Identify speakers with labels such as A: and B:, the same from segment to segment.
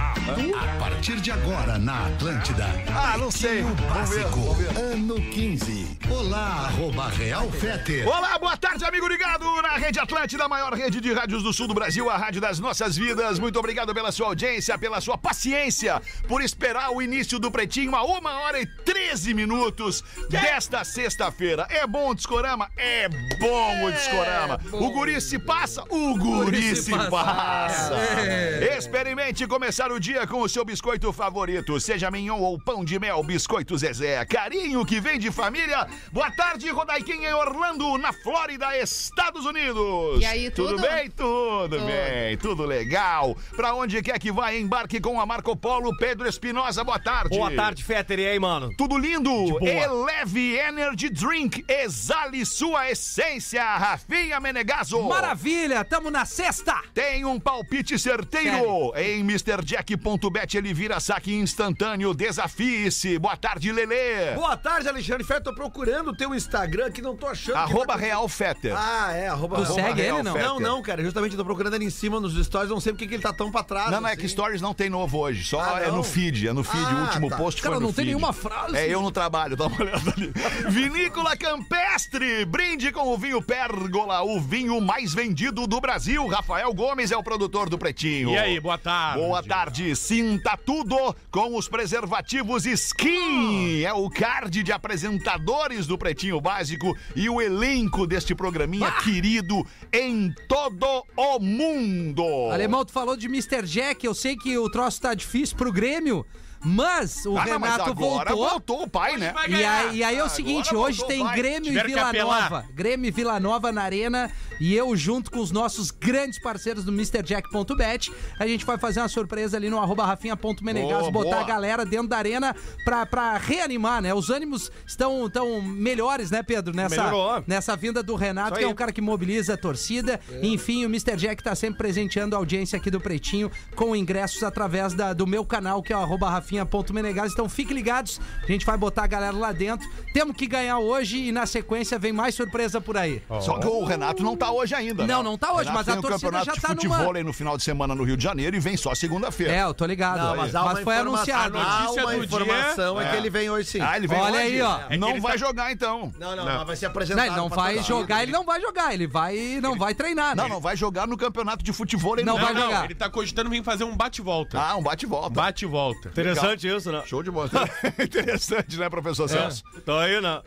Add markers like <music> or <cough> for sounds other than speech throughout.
A: A partir de agora na Atlântida.
B: Ah, não sei.
A: Pretinho
B: Vamos ver,
A: Básico,
B: vamos ver.
A: ano 15. Olá, arroba Real Feter.
B: Olá, boa tarde, amigo ligado na Rede Atlântida, a maior rede de rádios do sul do Brasil, a rádio das nossas vidas. Muito obrigado pela sua audiência, pela sua paciência, por esperar o início do Pretinho a uma hora e 13 minutos desta sexta-feira. É bom o discorama? É bom o discorama. O guri se passa? O guri se passa. É. Experimente começar o dia com o seu biscoito favorito, seja mignon ou pão de mel, biscoito Zezé. Carinho que vem de família. Boa tarde, Rodaiquinha em Orlando, na Flórida, Estados Unidos.
C: E aí, tudo?
B: bem? Tudo bem, tudo legal. Pra onde quer que vá, embarque com a Marco Polo Pedro Espinosa. Boa tarde.
D: Boa tarde, Fetter. E aí, mano?
B: Tudo lindo!
D: boa.
B: Eleve Energy Drink, exale sua essência, Rafinha Menegaso!
E: Maravilha, tamo na sexta!
B: Tem um palpite certeiro em MrJack.bet. Ele vira saque instantâneo. Desafie-se. Boa tarde, Lelê.
D: Boa tarde, Alexandre Fetter. Tô procurando o teu Instagram que não tô achando.
B: Arroba
D: que tá-
B: Real Fetter.
D: Ah, é, arroba
E: Tu
D: arroba
E: segue
D: Real
E: ele, não?
D: Fetter. Não, não, cara. Justamente eu tô procurando ele em cima nos stories. Não sei porque que ele tá tão pra trás.
B: Não, não, é
D: assim.
B: que Stories não tem novo hoje. Só
D: Ah,
B: é
D: não?
B: no feed, é no feed. o
D: Ah,
B: último
D: tá.
B: post
E: Cara,
B: foi no
E: não tem
B: feed.
E: nenhuma frase.
B: É eu no trabalho, dá uma olhada
D: <laughs>
B: ali. Vinícola Campestre, brinde com o vinho Pérgola, o vinho mais vendido do Brasil. Rafael Gomes é o produtor do Pretinho.
F: E aí, boa tarde.
B: Boa tarde, sinta tudo com os preservativos
D: Ah.
B: Skin. É o card de apresentadores do Pretinho Básico e o elenco deste programinha querido em todo o mundo.
E: Alemão, tu falou de Mr. Jack, eu sei que o troço tá difícil pro Grêmio, mas o
B: Ah, não, mas
E: Renato
B: agora
E: voltou.
B: o pai, né?
E: E aí, e aí é o
B: Agora
E: seguinte,
B: voltou,
E: hoje tem
B: vai.
E: Grêmio e
F: Tiveram que
E: Vila
F: apelar.
E: Nova. Grêmio e Vila Nova na Arena. E eu, junto com os nossos grandes parceiros do MrJack.bet, a gente vai fazer uma surpresa ali no arroba rafinha.menegas,
B: Boa,
E: botar
B: boa.
E: a galera dentro da arena pra, pra reanimar, né? Os ânimos estão tão melhores, né, Pedro? Nessa,
F: Melhorou.
E: nessa vinda do Renato,
F: Isso
E: que é
F: aí.
E: um cara que mobiliza a torcida. Enfim, o Mr. Jack tá sempre presenteando a audiência aqui do Pretinho com ingressos através da- do meu canal, que é o arroba rafinha.menegas. Então fiquem ligados, a gente vai botar a galera lá dentro. Temos que ganhar hoje e na sequência vem mais surpresa por aí.
B: Só que o Renato não tá hoje ainda. né?
E: Não, não tá hoje,
B: Renato
E: mas a
B: tem o
E: torcida
B: campeonato
E: já
B: de
E: tá
B: futebol
E: numa-
B: aí no final de semana no Rio de Janeiro e vem só segunda-feira.
E: É, eu tô ligado.
D: Não,
E: mas
D: mas há uma
E: foi
D: informação-
E: anunciado.
D: Há
F: notícia
D: uma
F: do dia-
D: informação é que ele vem hoje sim.
B: Ah, ele vem
E: Olha
B: hoje?
E: aí, ó.
B: É
E: É
B: que não vai jogar então.
D: Não, não, mas vai ser
E: Não,
D: apresentado.
E: ele não
D: pra
E: vai
D: torcida.
E: jogar, ele não vai jogar, ele vai não vai treinar. né?
B: Não, não vai jogar no campeonato de futebol aí
E: Não
B: no-
E: vai
F: Não, não,
E: jogar.
F: ele tá cogitando vir fazer um bate-volta.
B: Ah, um bate-volta.
F: Bate-volta.
G: Interessante isso, né?
B: Show de bola. <laughs> Interessante, né, professor Celso?
G: Então aí, né?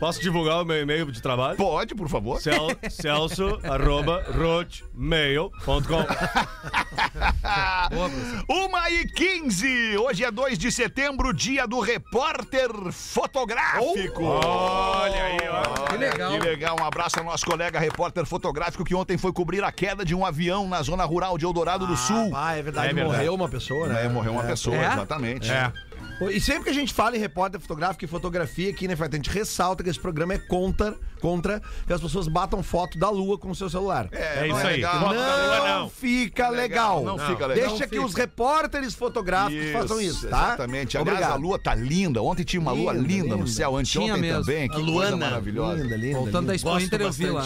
G: Posso divulgar o meu e-mail de trabalho?
B: Pode, por favor.
G: Cel Celso, arroba, roadmail.com.
B: Uma e 15. Hoje é 2 de setembro, dia do repórter fotográfico.
F: Olha aí, ó.
E: Que legal.
B: Que legal, um abraço ao nosso colega repórter fotográfico que ontem foi cobrir a queda de um avião na zona rural de Eldorado do Sul.
D: Ah, é verdade,
F: É verdade.
D: morreu uma pessoa, né?
B: É, morreu uma pessoa,
E: É?
B: exatamente.
F: É.
D: E sempre que a gente fala em repórter fotográfico e fotografia aqui, né, Feta, a gente ressalta que esse programa é contra, contra que as pessoas batam foto da lua com o seu celular.
F: É
B: não
F: isso aí.
B: legal.
F: Foto da lua,
D: Não,
F: não.
D: fica legal.
B: Não fica legal.
D: Deixa que os repórteres fotográficos façam isso, tá?
B: Exatamente. Aliás,
D: Obrigado.
B: a lua tá linda. Ontem tinha uma lua
D: Linda,
B: linda, no
D: linda.
B: céu,
E: Tinha
B: anteontem
E: mesmo.
B: também. Que coisa
D: é
B: maravilhosa.
D: Linda, linda,
E: Voltando da
D: linda.
E: Expo Inter, eu vi lá.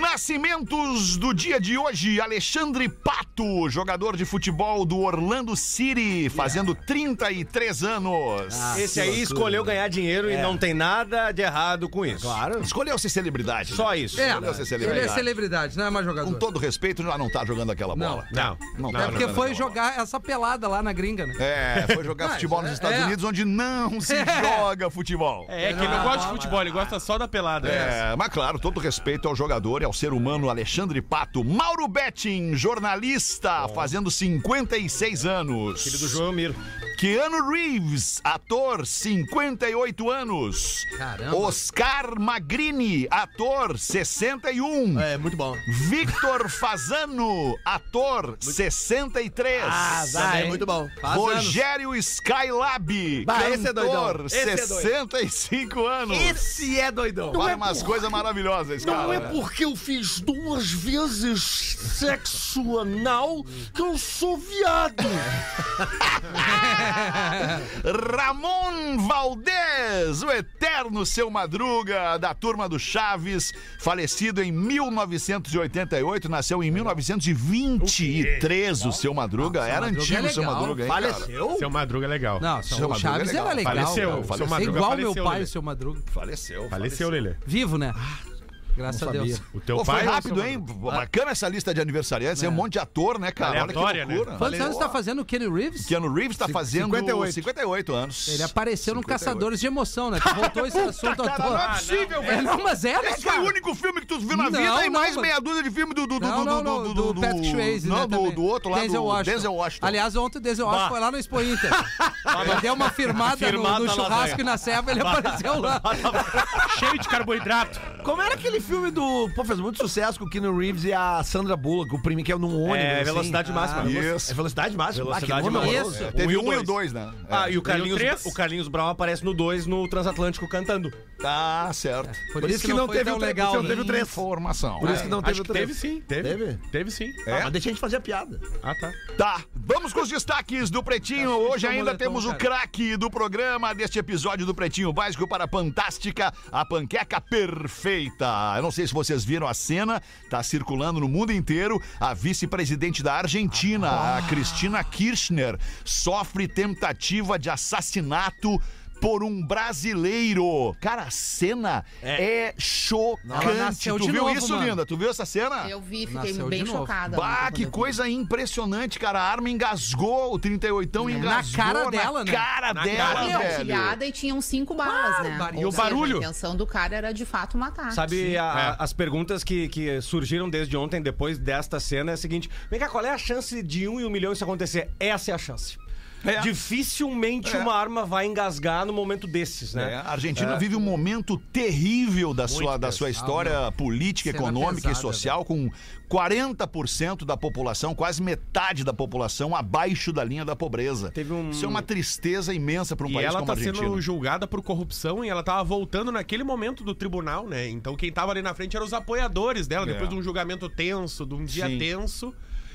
B: Nascimentos do dia de hoje, Alexandre Pato, jogador de futebol do Orlando City, fazendo 33 anos.
F: Ah,
G: Esse aí escolheu ganhar dinheiro e não tem nada de errado com isso.
D: Claro.
B: Escolheu ser celebridade. né?
G: Só isso.
E: É,
B: Escolheu ser
E: ele é
B: celebridade.
E: celebridade, não é mais jogador.
B: Com todo respeito, já não tá jogando aquela bola.
G: Não.
B: Não,
E: É
B: tá
E: porque
B: jogando
E: foi
B: aquela
E: jogar essa pelada lá na gringa, né?
B: bola. É, foi jogar futebol nos Estados
E: é.
B: Unidos, onde não se
E: É.
B: joga futebol.
F: É, que ele não gosta de futebol, ele gosta só da pelada.
B: É, mas claro, todo respeito ao jogador e ao ser humano Alexandre Pato. Mauro Betting, jornalista, fazendo 56 anos.
G: Filho do João Miro.
B: Keanu Reeves, ator, 58 anos.
E: Caramba.
B: Oscar Magrini, ator, 61.
D: É, muito bom.
B: Victor Fazano, ator, 63.
D: Ah, é muito bom. Faz anos.
B: Rogério Skylab,
D: Bah, esse é
B: cantor,
D: doidão. Esse é doido.
B: 65 anos.
D: Esse é doidão.
B: Vai umas coisas maravilhosas, esse cara.
H: Não é porque eu fiz duas vezes sexo anal que eu sou viado.
B: Ramon Valdez, o eterno seu madruga da turma do Chaves, falecido em 1988, nasceu em 1923. O seu madruga era
E: Madruga é
B: antigo, o seu
E: legal.
B: madruga, hein? cara?
D: Faleceu?
F: Seu Madruga é legal.
E: Não,
B: Seu
E: só o
B: Madruga
E: Chaves
B: é legal.
E: era legal.
F: Faleceu,
E: cara. É
F: seu Madruga
E: Igual
F: faleceu,
E: meu pai,
F: né?
E: o seu Madruga.
B: Faleceu.
F: Faleceu, Lelê.
E: Vivo, né?
B: Ah,
E: Graças a Deus.
F: O teu
B: Pô,
F: pai.
B: foi
F: ou o
B: rápido,
F: seu
B: hein?
F: Madruga?
B: Bacana essa lista de aniversariantes. É. um monte de ator, né, cara?
F: Aleatória,
B: Olha que loucura.
F: né?
E: Quantos anos tá fazendo o Kenny Reeves?
B: Keanu Reeves tá fazendo
D: 58.
B: 58, anos.
E: Ele é apareceu no
B: 58.
E: Caçadores de Emoção, né? Tu voltou esse assunto à
B: Cara, não é
E: toa.
B: possível,
E: É,
B: velho.
E: não, mas é, né,
B: Esse foi
E: cara?
B: o único filme que tu viu na
E: Não,
B: vida e
E: não,
B: mais
E: mas-
B: meia dúzia de filme do... do, do,
E: Não,
B: do, do,
E: não, não,
B: do,
E: do
B: do-
E: Patrick Swayze,
B: Não,
E: né,
B: do,
E: também.
B: do outro lá,
E: Denzel
B: do
E: Washington.
B: Denzel Washington.
E: Aliás, ontem o Denzel Washington foi lá no Expo Inter. Ele deu uma firmada,
G: Firmada
E: no, no
G: lá,
E: churrasco
G: velho.
E: e na serva, ele apareceu lá.
F: Cheio de carboidrato.
D: Como era aquele filme do. Pô, fez muito sucesso com o Keanu Reeves e a Sandra Bullock, o primo que é num ônibus.
G: É
D: assim.
G: velocidade máxima.
D: É
B: Isso.
D: velocidade máxima?
G: Velocidade
D: ah, que nome
G: máxima.
D: horroroso.
E: Isso.
B: Teve
G: e o
B: um e o dois,
G: dois.
B: né?
G: Ah, e o Carlinhos,
F: três.
G: o Carlinhos Brown aparece no 2 no Transatlântico cantando.
B: Tá certo.
E: Por isso que não
D: teve
E: foi tão
D: o tre-
E: legal.
D: não teve
E: né?
D: o três.
B: Informação.
D: Por isso que não teve
F: É, Acho
D: o
F: que
D: três.
F: teve sim. Teve?
D: Teve?
F: Teve sim.
D: Ah,
G: É?
D: mas deixa a gente fazer a piada.
F: Ah, tá.
B: Tá, vamos com os destaques do Pretinho.
E: Tá cheio de
B: Hoje ainda
E: moletom,
B: temos o
E: cara.
B: craque do programa deste episódio do Pretinho Básico para a Fantástica, a panqueca perfeita. Eu não sei se vocês viram a cena, tá circulando no mundo inteiro. A vice-presidente da Argentina, a Cristina Kirchner, sofre tentativa de assassinato por um brasileiro. Cara, a cena é, chocante.
E: nasceu
B: Tu
E: de
B: viu
E: novo,
B: isso,
E: mano.
B: Linda? Tu viu essa cena?
C: Eu vi, fiquei
E: Ah, Nasceu
C: bem
E: de novo.
C: chocada.
B: Bah, que coisa impressionante, cara. A arma engasgou, o 38 engasgou.
E: cara dela,
B: na
E: né?
B: cara
F: Na
B: dela,
F: cara
C: Ela
B: velho.
C: e tinham cinco balas, né?
E: Claro,
C: Ou
E: e o
C: seja,
F: barulho?
C: A intenção do cara era de fato matar.
D: Ah,
G: Sabe,
F: É.
G: a- a- as perguntas que, que surgiram desde ontem, depois desta cena, é a seguinte: vem cá, qual é a chance de um em um milhão isso acontecer? Essa é a chance. Dificilmente uma arma vai engasgar no momento desses,
B: É,
G: né?
B: a Argentina vive um momento terrível da sua, da sua história política,
E: Cena
B: econômica
E: pesada,
B: e social, com 40% da população, quase metade da população, abaixo da linha da pobreza.
G: Teve um-
B: Isso é uma tristeza imensa para um
F: E
B: país
F: ela
B: como
F: tá
B: a Argentina.
F: sendo julgada por corrupção e ela tava voltando naquele momento do tribunal, né? Então quem tava ali na frente eram os apoiadores dela,
B: É.
F: depois de um julgamento tenso, de um dia
B: Sim.
F: tenso.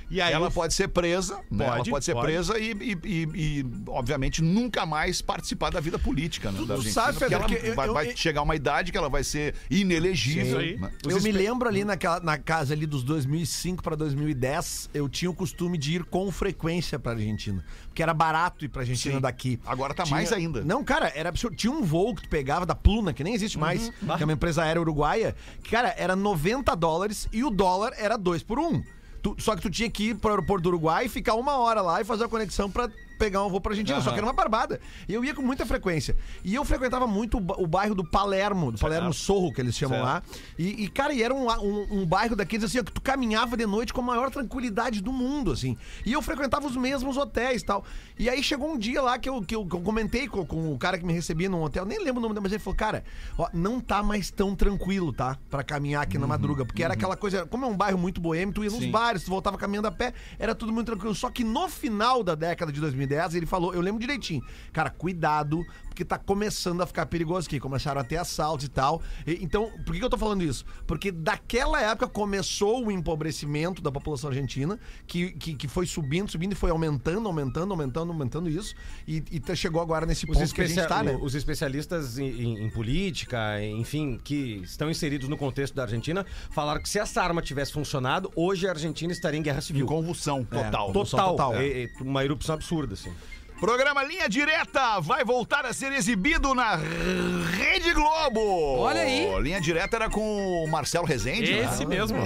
F: E aí
B: Ela
F: o-
B: pode ser presa, né? ela
F: Pode,
B: pode ser
F: pode.
B: presa e, e- e- e, obviamente, nunca mais participar da vida política né, da
D: tu
B: Argentina.
D: sabe,
B: porque
D: Feder,
B: ela
D: que eu-
B: vai,
D: eu-
B: vai chegar uma idade que ela vai ser inelegível.
F: Sim.
B: né?
D: Eu me lembro ali naquela, na casa ali dos 2005 para 2010, eu tinha o costume de ir com frequência para Argentina, porque era barato ir para Argentina
B: Sim.
D: daqui.
B: Agora tá
D: Tinha-
B: mais ainda.
D: Não, cara, era absurdo. Tinha um voo que tu pegava da Pluna, que nem existe mais, que é uma empresa aérea uruguaia, que cara, era 90 dólares e o dólar era 2 por 1. Tu- só que tu tinha que ir pro aeroporto do Uruguai e ficar uma hora lá e fazer a conexão pra pegar um voo pra Argentina, só que era uma barbada. E eu ia com muita frequência. E eu frequentava muito o ba- o bairro do Palermo, do Palermo Sorro, que eles chamam lá. E, e, cara, e era um, um, um bairro daqueles assim, ó, que tu caminhava de noite com a maior tranquilidade do mundo, assim. E eu frequentava os mesmos hotéis e tal. E aí chegou um dia lá que eu, que eu, que eu comentei com, com o cara que me recebia num hotel, nem lembro o nome dele, mas ele falou, cara, ó, não tá mais tão tranquilo, tá? Pra caminhar aqui na madruga. Porque era aquela coisa, como é um bairro muito boêmio, tu ia nos bares, tu voltava caminhando a pé, era tudo muito tranquilo. Só que no final da década de 2010, ele falou, eu lembro direitinho, cara, cuidado, porque tá começando a ficar perigoso aqui. Começaram a ter assalto e tal. E- então, por que que eu tô falando isso? Porque daquela época começou o empobrecimento da população argentina, que, que, que foi subindo, subindo e foi aumentando, aumentando, aumentando, aumentando isso. E, e tá- chegou agora nesse
G: Os,
D: ponto que a
G: especia-
D: gente tá, né?
G: os especialistas em, em- em política, enfim, que estão inseridos no contexto da Argentina, falaram que se essa arma tivesse funcionado, hoje a Argentina estaria em guerra
B: Em
G: civil.
B: convulsão total.
G: Total.
D: É, total.
G: E- e uma erupção absurda, assim.
B: Programa Linha Direta vai voltar a ser exibido na Rede Globo.
E: Olha aí.
B: Linha Direta era com o Marcelo Rezende. né?
F: Esse mesmo.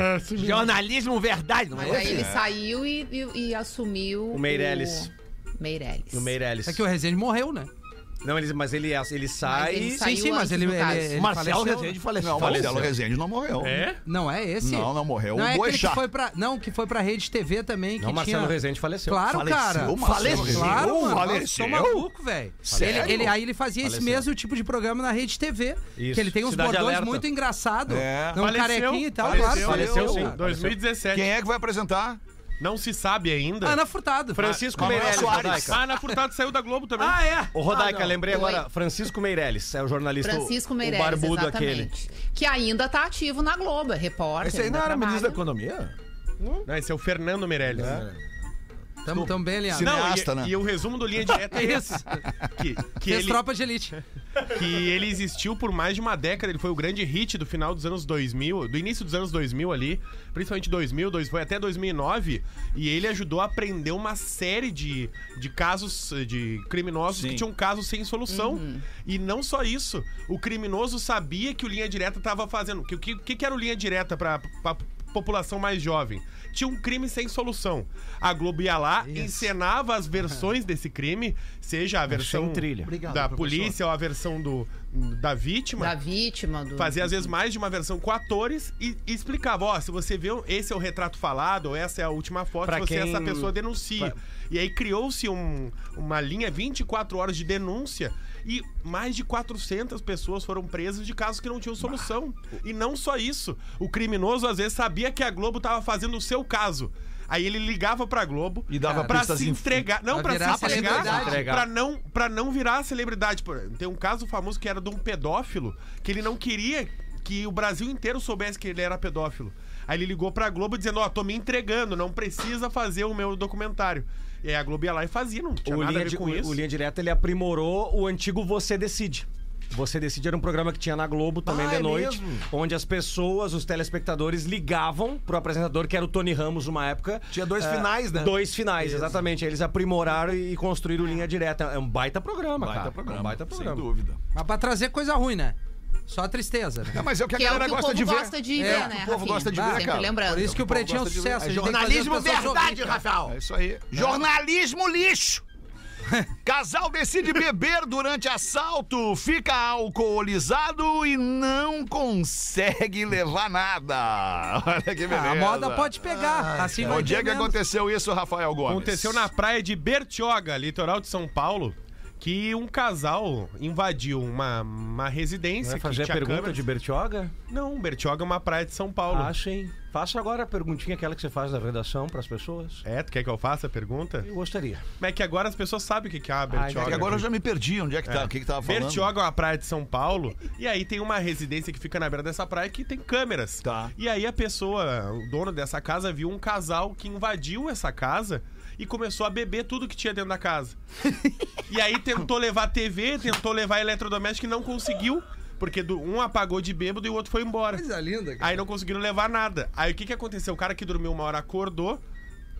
D: Jornalismo verdade, não
C: Mas aí ele saiu e, e- e assumiu.
G: O Meirelles.
C: o Meirelles.
G: No Meirelles.
E: É que o Rezende morreu, né?
G: Não, ele, mas ele, ele sai.
C: ele sai-
E: Sim, sim,
C: Saiu
E: mas
C: antes,
E: ele,
C: no
E: ele,
C: caso.
E: ele
D: Marcelo
E: faleceu, né?
D: Rezende faleceu.
B: Não, o
D: faleceu.
B: Marcelo Rezende não morreu.
F: É?
E: Não é esse?
B: Não, não morreu.
E: Não,
B: O
E: é aquele que
B: Boechat.
E: foi pra, não, que foi pra rede TV também.
G: Não,
E: que
G: Marcelo
E: tinha...
G: Rezende faleceu.
E: Claro,
B: Faleceu,
E: cara.
B: Marcelo
E: Então, Faleceu,
B: Rezende?
E: Claro, mano.
B: Faleceu?
E: Nossa, tô maluco, velho.
B: Sério?
E: Ele, ele- aí ele fazia esse mesmo tipo de programa na rede TV.
G: Isso.
E: Que ele tem uns
G: Cidade
E: bordões
G: Alerta.
E: muito engraçados.
B: É.
E: Um
F: Faleceu,
E: carequinho e tal,
B: faleceu,
E: claro.
G: faleceu, sim.
E: cara.
F: 2017.
B: Quem é que vai apresentar?
F: Não se sabe ainda.
E: Ana Furtado.
G: Francisco
B: Ah,
G: Meirelles.
B: Manuel Soares.
G: Rodaica.
F: Ah, Ana Furtado saiu da Globo também.
E: Ah, é?
G: Ô, Rodaica, lembrei
C: Oi.
G: agora. Francisco Meirelles. É o jornalista. o-
C: Francisco
G: O
C: Meirelles,
G: barbudo aquele.
C: exatamente. Que ainda tá ativo na Globo, é repórter.
D: Esse aí
C: ainda
D: não era
C: trabalha.
D: ministro da Economia?
G: É.
F: Não, esse é o Fernando Meirelles.
E: Tamo, tamo bem alinhados.
B: Não,
F: e,
B: Cineasta, né?
F: e o resumo do Linha
E: <laughs>
F: Direta é esse. Que, que,
E: Fez
F: ele,
E: tropa de elite.
F: que ele existiu por mais de uma década, ele foi o grande hit do final dos anos 2000, do início dos anos 2000 ali, principalmente 2000, dois, foi até 2009, e ele ajudou a prender uma série de, de casos eh, de criminosos que tinham casos sem solução. E não só isso, o criminoso sabia que o Linha Direta tava fazendo. O que, que, que que era o Linha Direta pra... pra população mais jovem. Tinha um crime sem solução. A Globo ia lá, encenava as versões desse crime, seja a versão
G: trilha.
E: Obrigado,
F: da
E: professor.
F: polícia ou a versão do, da vítima.
C: Da vítima do.
F: Fazia às vezes mais de uma versão com atores e, e explicava, ó, se você vê esse é o retrato falado, ou essa é a última foto,
G: Pra
F: se você é
G: quem-
F: essa pessoa denuncia. E aí criou-se um- uma linha 24 horas de denúncia e mais de 400 pessoas foram presas de casos que não tinham solução. E não só isso, o criminoso às vezes sabia que a Globo tava fazendo o seu caso. Aí ele ligava pra Globo
B: E dava
F: pra
B: pistas
F: se
B: em-
F: entregar, não
E: Pra
F: pra,
E: virar
F: se entregar,
E: celebridade.
G: Entregar.
F: pra não, pra não virar celebridade. Por- Tem um caso famoso que era de um pedófilo, que ele não queria que o Brasil inteiro soubesse que ele era pedófilo. Aí ele ligou pra Globo dizendo, ó, tô me entregando, não precisa fazer o meu documentário. E aí a Globo ia lá e fazia, não tinha
G: o
F: nada a
G: linha,
F: ver
G: Di-
F: com
G: o-
F: isso.
G: o Linha Direta ele aprimorou o antigo Você Decide. Você Decide era um programa que tinha na Globo também
D: Ah,
G: de
D: é
G: noite,
D: mesmo?
G: onde as pessoas, os telespectadores, ligavam pro apresentador, que era o Tony Ramos uma época.
D: Tinha dois
G: É,
D: finais, né?
G: Dois finais, exatamente. Aí Eles aprimoraram e construíram o Linha Direta. É um baita programa,
D: Baita
G: cara.
D: programa,
G: É um baita programa.
D: Sem dúvida.
E: Mas pra trazer coisa ruim, né? Só tristeza, né?
B: É, mas é o que a
C: Que é o
B: galera
C: que o
B: gosta
C: povo
B: de ver.
C: gosta de ver, né?
B: o povo
C: Rafinha?
B: gosta de
E: Ah,
B: ver,
E: sempre
B: cara.
C: lembrando.
E: Por isso que o Pretinho é um
D: gosta de ver.
E: sucesso.
D: É
E: a gente tem que fazer as
D: jornalismo
E: pessoas ouvirem.
D: verdade, Rafael.
B: É isso aí. Jornalismo
E: <laughs>
B: lixo! Casal decide beber durante assalto, fica alcoolizado e não consegue levar nada. <laughs> Olha que beleza.
E: Ah, a moda pode pegar. assim vai
B: Onde é que
E: entendendo.
B: aconteceu isso, Rafael Gomes?
F: Aconteceu na praia de Bertioga, litoral de São Paulo, que um casal invadiu uma, uma residência.
G: Vai
F: que
G: fazer a
F: tinha
G: pergunta
F: câmeras.
G: de Bertioga?
F: Não, Bertioga é uma praia de São Paulo.
G: Achem. Faça agora a perguntinha aquela que você faz da redação pras pessoas.
F: É, tu quer que eu faça a pergunta?
G: Eu gostaria.
F: Mas é que agora as pessoas sabem o que que é a Bertioga.
G: é
B: E agora eu já me perdi. Onde é que tá? O que que tava falando?
F: Bertioga é uma praia de São Paulo e aí tem uma residência que fica na beira dessa praia que tem câmeras.
B: Tá.
F: E aí a pessoa, o dono dessa casa, viu um casal que invadiu essa casa e começou a beber tudo que tinha dentro da
B: <laughs>
F: casa. e aí tentou levar TV, tentou levar eletrodoméstico e não conseguiu, porque do- um apagou de bêbado e o outro foi embora.
B: é.
E: Coisa linda, cara.
F: Aí não conseguiram levar nada. Aí o que, que aconteceu? O cara que dormiu uma hora acordou,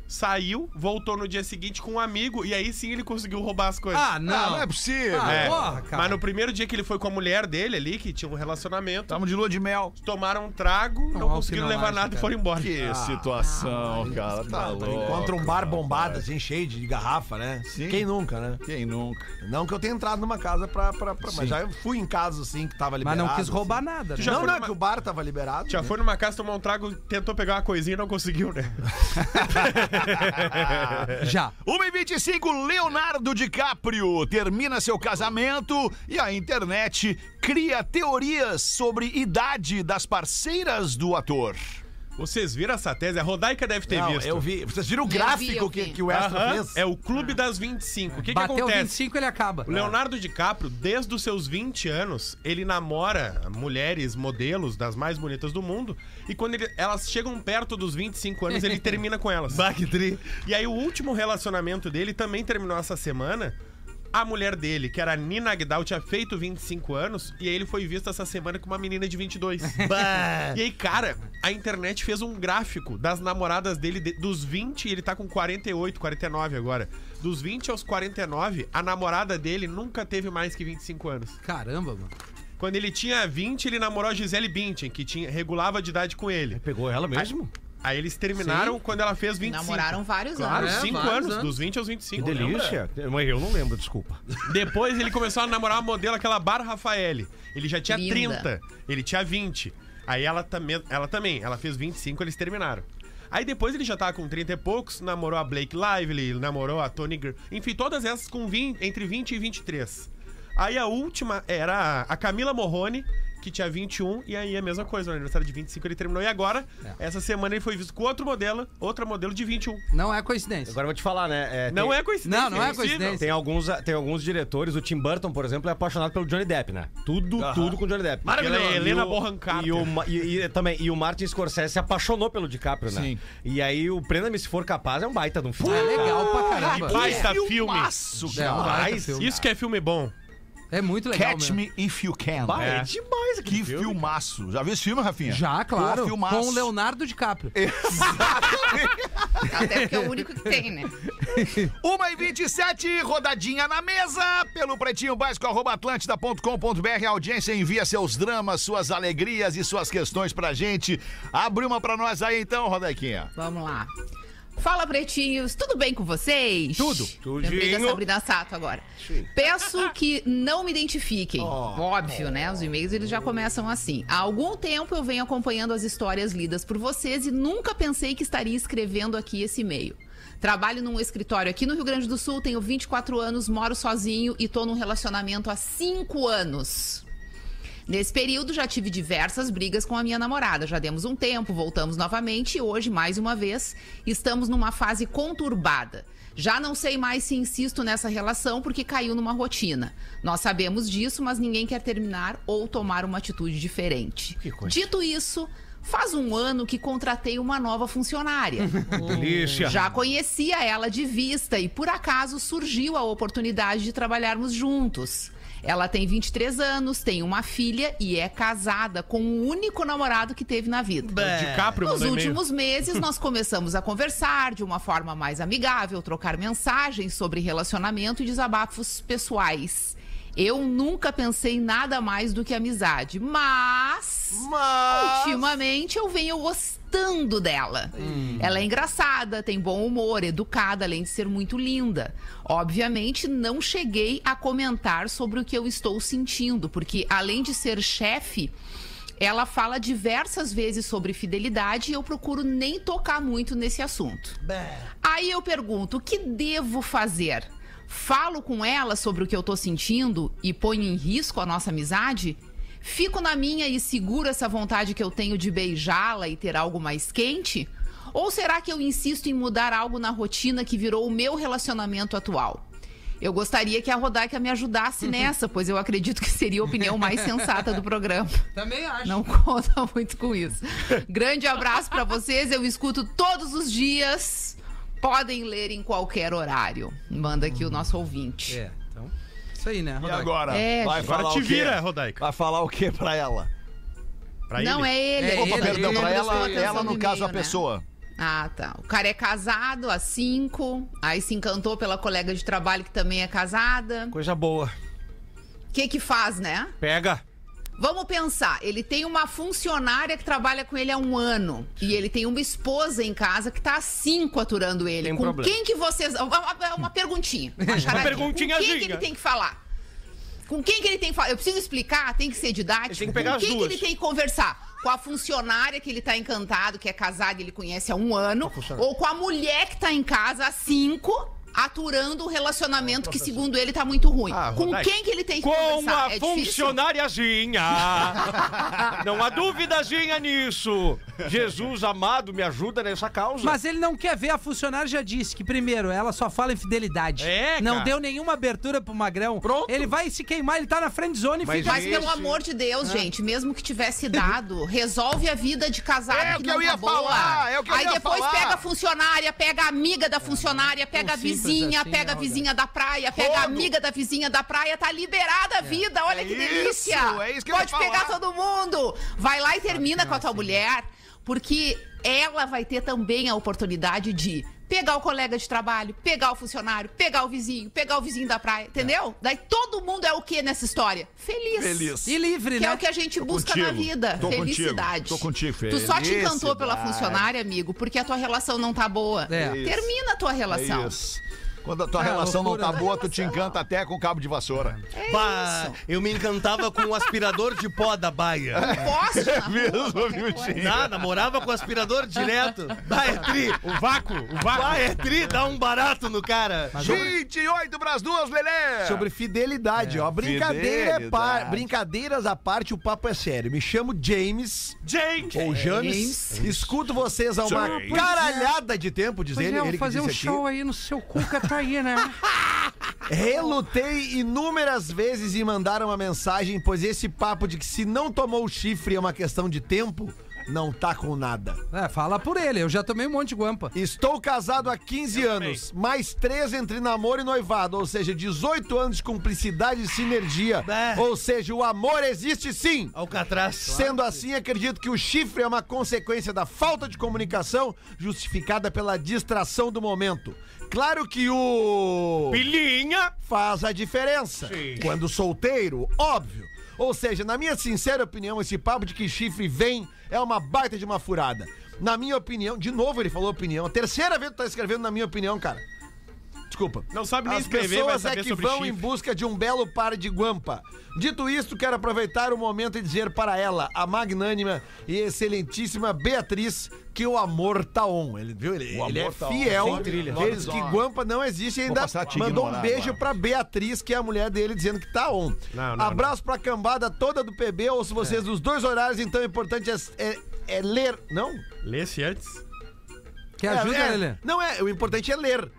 F: saiu, voltou no dia seguinte com um amigo, e aí sim ele conseguiu roubar as coisas.
E: Ah, não.
B: Ah, não é possível.
E: Ah,
F: É.
E: porra, cara.
F: Mas no primeiro dia que ele foi com a mulher dele ali, que tinha um relacionamento,
B: Tamo de lua de mel.
F: tomaram um trago, não,
E: Não, é o
F: conseguiram
E: que não
F: levar
E: acho,
F: nada e
E: cara.
F: foram embora. Ah,
B: Que situação, cara. Tá louco.
D: Encontra um bar bombado, assim, cheio de garrafa, né?
B: Sim.
D: Quem nunca, né?
B: Quem nunca?
D: Não que eu tenha entrado numa casa pra. pra, pra- mas já fui em casa, assim, que tava
E: Mas
D: liberado.
E: não quis
D: assim.
E: roubar nada, né?
F: já
D: não,
F: foi
D: não, é
F: numa-
D: que o bar tava liberado.
F: Já
D: né?
F: foi numa casa tomar um trago, tentou pegar uma coisinha e não
B: <laughs>
F: conseguiu, né?
E: É. Já.
B: 1h25, Leonardo DiCaprio termina seu casamento e a internet cria teorias sobre idade das parceiras do ator.
F: Vocês viram essa tese? A Rodaica deve ter
D: Não,
F: visto.
D: eu vi. Vocês viram o
C: vi,
D: gráfico
C: eu
D: que,
C: vi.
D: que o Extra
F: Aham,
D: fez?
F: É o Clube das 25. O que, que
E: Bateu
F: acontece?
E: 25, ele acaba.
F: O Leonardo DiCaprio, desde os seus 20 anos, ele namora mulheres, modelos das mais bonitas do mundo. E quando ele- elas chegam perto dos 25 anos, ele termina com elas. E aí, o último relacionamento dele também terminou essa semana. A mulher dele, que era a Nina Agdal, tinha feito 25 anos. E aí, ele foi visto essa semana com uma menina de 22. e aí, cara, a internet fez um gráfico das namoradas dele de- dos 20. e Ele tá com 48, 49 agora. Dos 20 aos 49, a namorada dele nunca teve mais que 25 anos.
E: É. Caramba, mano.
F: Quando ele tinha 20, ele namorou a Gisele Bündchen, que tinha, regulava de idade com ele.
G: Pegou ela mesmo?
F: Aí eles terminaram quando ela fez 25.
C: Namoraram vários
F: Claro,
C: anos.
F: 5
E: vários
F: anos,
E: anos.
F: dos 20 aos 25.
G: Que delícia. Mas eu não lembro, desculpa.
F: lembra? Depois ele começou a namorar a modelo, aquela Bar Rafaele. Ele já tinha
C: Linda.
F: 30, ele tinha 20. Aí ela também, ela também, ela fez 25, eles terminaram. Aí depois ele já tava com 30 e poucos, namorou a Blake Lively, namorou a Tony Gr... Enfim, todas essas com 20, entre 20 e 23. Aí a última era a Camila Morrone, que tinha 21, e aí a mesma coisa, no aniversário de 25 ele terminou. E agora,
E: É.
F: essa semana ele foi visto com outro modelo, outra modelo de 21.
E: Não é coincidência.
G: Agora eu vou te falar, né?
F: Não
G: tem-
F: é coincidência.
E: Não, não é
F: impossível.
E: coincidência.
G: Tem alguns, tem alguns diretores, o Tim Burton, por exemplo, é apaixonado pelo Johnny Depp, né? Tudo, tudo com o Johnny Depp.
F: Maravilhoso.
G: E o-
F: Helena Bonham Carter.
G: E, o, Ma- e, e também, e o Martin Scorsese se apaixonou pelo DiCaprio, né?
D: Sim.
G: E aí o Prenda-me Se For Capaz é um baita de um filme.
E: É legal pra caramba.
F: Que baita filme.
B: Filmaço,
E: É, um
B: cara.
E: baita
G: Mas
E: filme.
F: Isso que é filme bom.
E: É muito legal.
B: Catch
E: mesmo.
B: Me If You Can.
G: Bah, é.
F: É.
G: demais aquele
B: Que
G: filme.
B: filmaço. Já viu esse filme, Rafinha?
E: Já, claro.
B: Pô, filmaço.
E: com o Leonardo DiCaprio.
C: Até porque é o único que tem, né?
B: 1 e 27, rodadinha na mesa, pelo pretinho básico, arroba atlântida.com.br. A audiência envia seus dramas, suas alegrias e suas questões pra gente. Abre uma pra nós aí então, Rodequinha.
C: Vamos lá. Fala, pretinhos, tudo bem com vocês? Tudo. Lembrei da
G: Tudinho.
C: Sabrina Sato agora. Peço que não me identifiquem. Óbvio, né? Os e-mails eles já começam assim. Há algum tempo eu venho acompanhando as histórias lidas por vocês e nunca pensei que estaria escrevendo aqui esse e-mail. Trabalho num escritório aqui no Rio Grande do Sul, tenho 24 anos, moro sozinho e tô num relacionamento há 5 anos. Nesse período já tive diversas brigas com a minha namorada. Já demos um tempo, voltamos novamente e hoje, mais uma vez, estamos numa fase conturbada. Já não sei mais se insisto nessa relação porque caiu numa rotina. Nós sabemos disso, mas ninguém quer terminar ou tomar uma atitude diferente. Dito isso, faz um ano que contratei uma nova funcionária.
F: <laughs>
G: Delícia.
C: Já conhecia ela de vista e por acaso surgiu a oportunidade de trabalharmos juntos. Ela tem 23 anos, tem uma filha e é casada com o único namorado que teve na vida.
F: DiCaprio
C: Nos
F: mandou e-mail.
C: últimos meses,
F: <laughs>
C: nós começamos a conversar de uma forma mais amigável, trocar mensagens sobre relacionamento e desabafos pessoais. Eu nunca pensei em nada mais do que amizade, mas. Ultimamente eu venho gostando dela. Ela é engraçada, tem bom humor, educada, além de ser muito linda. Obviamente, não cheguei a comentar sobre o que eu estou sentindo, porque além de ser chefe, ela fala diversas vezes sobre fidelidade e eu procuro nem tocar muito nesse assunto. Aí eu pergunto: o que devo fazer? Falo com ela sobre o que eu tô sentindo e ponho em risco a nossa amizade? Fico na minha e seguro essa vontade que eu tenho de beijá-la e ter algo mais quente? Ou será que eu insisto em mudar algo na rotina que virou o meu relacionamento atual? Eu gostaria que a Rodaica me ajudasse nessa, pois eu acredito que seria a opinião mais sensata do programa.
E: Também
C: <laughs>
E: acho.
C: Não conta muito com isso. Grande abraço pra vocês, eu escuto todos os dias. Podem ler em qualquer horário. Manda aqui o nosso ouvinte.
E: É, então. Isso aí, né?
B: E
E: Rodaica?
B: agora?
C: É,
B: Vai
F: Agora
B: falar
F: te
B: o quê?
F: vira, Rodaica.
D: Vai falar o que pra ela?
F: Pra
C: não
F: ele.
C: é ele.
E: É
C: é
E: ele,
C: ele,
B: Perdão,
E: ele.
B: pra
C: Ele
B: ela,
C: prestou
B: ela
C: atenção
B: no
C: no
B: caso, a
C: e-mail, né?
B: pessoa.
C: Ah, tá. O cara é casado há cinco, aí se encantou pela colega de trabalho que também é casada.
G: Coisa boa.
C: O que que faz, né?
G: Pega.
C: Vamos pensar, ele tem uma funcionária que trabalha com ele há um ano. E ele tem uma esposa em casa que tá há cinco aturando ele.
G: Tem um
C: com
G: problema.
C: quem que vocês. É Uma, uma- uma
G: <laughs>
C: perguntinha. Uma, charadinha.
G: perguntinha
C: Com quem que
G: ginga.
C: ele tem que falar? Com quem que ele tem que falar? Eu preciso explicar, tem que ser didático.
G: Ele tem que pegar
C: com
G: as
C: quem
G: duas.
C: que ele tem que conversar? Com a funcionária que ele tá encantado, que é casada e ele conhece há um ano. Ou com a mulher que tá em casa há cinco. Aturando o relacionamento que, segundo ele, tá muito ruim.
F: Ah,
C: Com
F: Rodaica.
C: quem que ele tem que
G: Com
C: conversar?
G: a
C: É difícil?
G: funcionariazinha.
F: Ah. <laughs>
G: Não há duvidazinha nisso. Jesus amado, me ajuda nessa causa.
E: Mas ele não quer ver, a funcionária já disse que, primeiro, ela só fala em fidelidade.
F: É, cara.
E: Não deu nenhuma abertura pro Magrão.
G: Pronto.
E: Ele vai se queimar, ele tá na friend zone e
G: Mas
E: fica.
C: Mas pelo amor de Deus, gente, mesmo que tivesse dado, resolve a vida de casado
B: É o
C: que
B: que
C: não
B: eu ia
C: tá boa.
B: falar, é o que eu
C: Aí
B: ia
C: depois
B: falar.
C: pega a funcionária, pega a amiga da funcionária, pega a
E: É, simples
C: vizinha,
E: assim,
C: pega a
E: né,
C: vizinha da praia, pega a amiga da vizinha da praia, tá liberada
E: É.
C: a vida. Olha que
B: isso,
C: delícia.
B: é isso que eu
C: Pode
B: ia
C: pegar
B: falar.
C: todo mundo. Vai lá e
B: Ah,
C: termina com a tua mulher, porque ela vai ter também a oportunidade de Pegar o colega de trabalho, pegar o funcionário, pegar o vizinho, pegar o vizinho da praia, entendeu? Daí todo mundo é o que nessa história?
B: Feliz.
E: E livre,
C: Que
E: né?
C: é o que a gente busca na
B: contigo.
C: vida.
B: Tô contigo.
C: felicidade.
B: Tô contigo,
C: Tu só te encantou pela funcionária, amigo, porque a tua relação não tá boa.
E: É.
C: Termina a tua relação.
B: Isso. Quando a tua
E: Ah,
B: relação
E: loucura,
B: não tá
E: né?
B: boa, tu te encanta até com cabo de vassoura.
I: Bah, eu me encantava com o aspirador de pó da Baia.
B: <laughs>
C: Poste na
E: É,
C: rua,
B: É Mesmo,
C: qualquer
B: viu,
C: coisa.
B: gente?
I: Nada, morava com o aspirador direto. Bah, é tri.
F: O vácuo, o vácuo.
I: Bah, é tri, dá um barato no cara.
B: 28 pras duas, Lelê!
D: Sobre fidelidade, ó. Brincadeira é par-
B: É. Fidelidade.
D: Brincadeiras à parte, o papo é sério. Me chamo James.
F: Jake!
D: Ou James. Escuto vocês há uma
B: James.
D: caralhada de tempo, diz
E: Pois
D: ele.
E: é,
D: ele
E: vou
D: que
E: fazer um
D: disse aqui.
E: show aí no seu Cuca, tá aí, né?
D: Relutei inúmeras vezes em mandar uma mensagem, pois esse papo de que se não tomou o chifre é uma questão de tempo, não tá com nada.
E: <laughs> É, fala por ele, eu já tomei um monte de guampa.
D: Estou casado há 15 anos, mais 3 entre namoro e noivado, ou seja, 18 anos de cumplicidade e sinergia.
B: É.
I: Bah.
D: Ou seja, o amor existe sim.
I: Alcatraz.
D: Sendo assim, acredito que o chifre é uma consequência da falta de comunicação justificada pela distração do momento. Claro que o
F: Pilinha!
D: faz a diferença. Quando solteiro, óbvio. Ou seja, na minha sincera opinião, esse papo de que chifre vem é uma baita de uma furada. Na minha opinião, de novo ele falou opinião. A terceira vez que tu tá escrevendo na minha opinião, cara. Desculpa.
F: Não sabe nem
D: As
F: escrever, vai
D: pessoas é
F: saber
D: que
F: sobre
D: vão
F: chifre.
D: em busca de um belo par de guampa. Dito isto, quero aproveitar o momento e dizer para ela, a magnânima e excelentíssima Beatriz, que o amor tá on. Ele viu? Ele,
B: O
D: ele é
B: amor tá on.
D: fiel.
B: Sem trilha.
D: Ele diz que guampa não existe e ainda
B: passar a te
D: mandou um
B: ignorar
D: beijo
B: agora.
D: pra Beatriz, que é a mulher dele, dizendo que tá on.
F: Não, não,
D: Abraço pra cambada toda do PB, ou se
B: É.
D: vocês dos dois horários, então o importante é, é- é ler. Não?
F: Lê-se antes.
E: Quer ajuda,
D: é, é,
E: Lelê?
D: Não é, o importante é ler.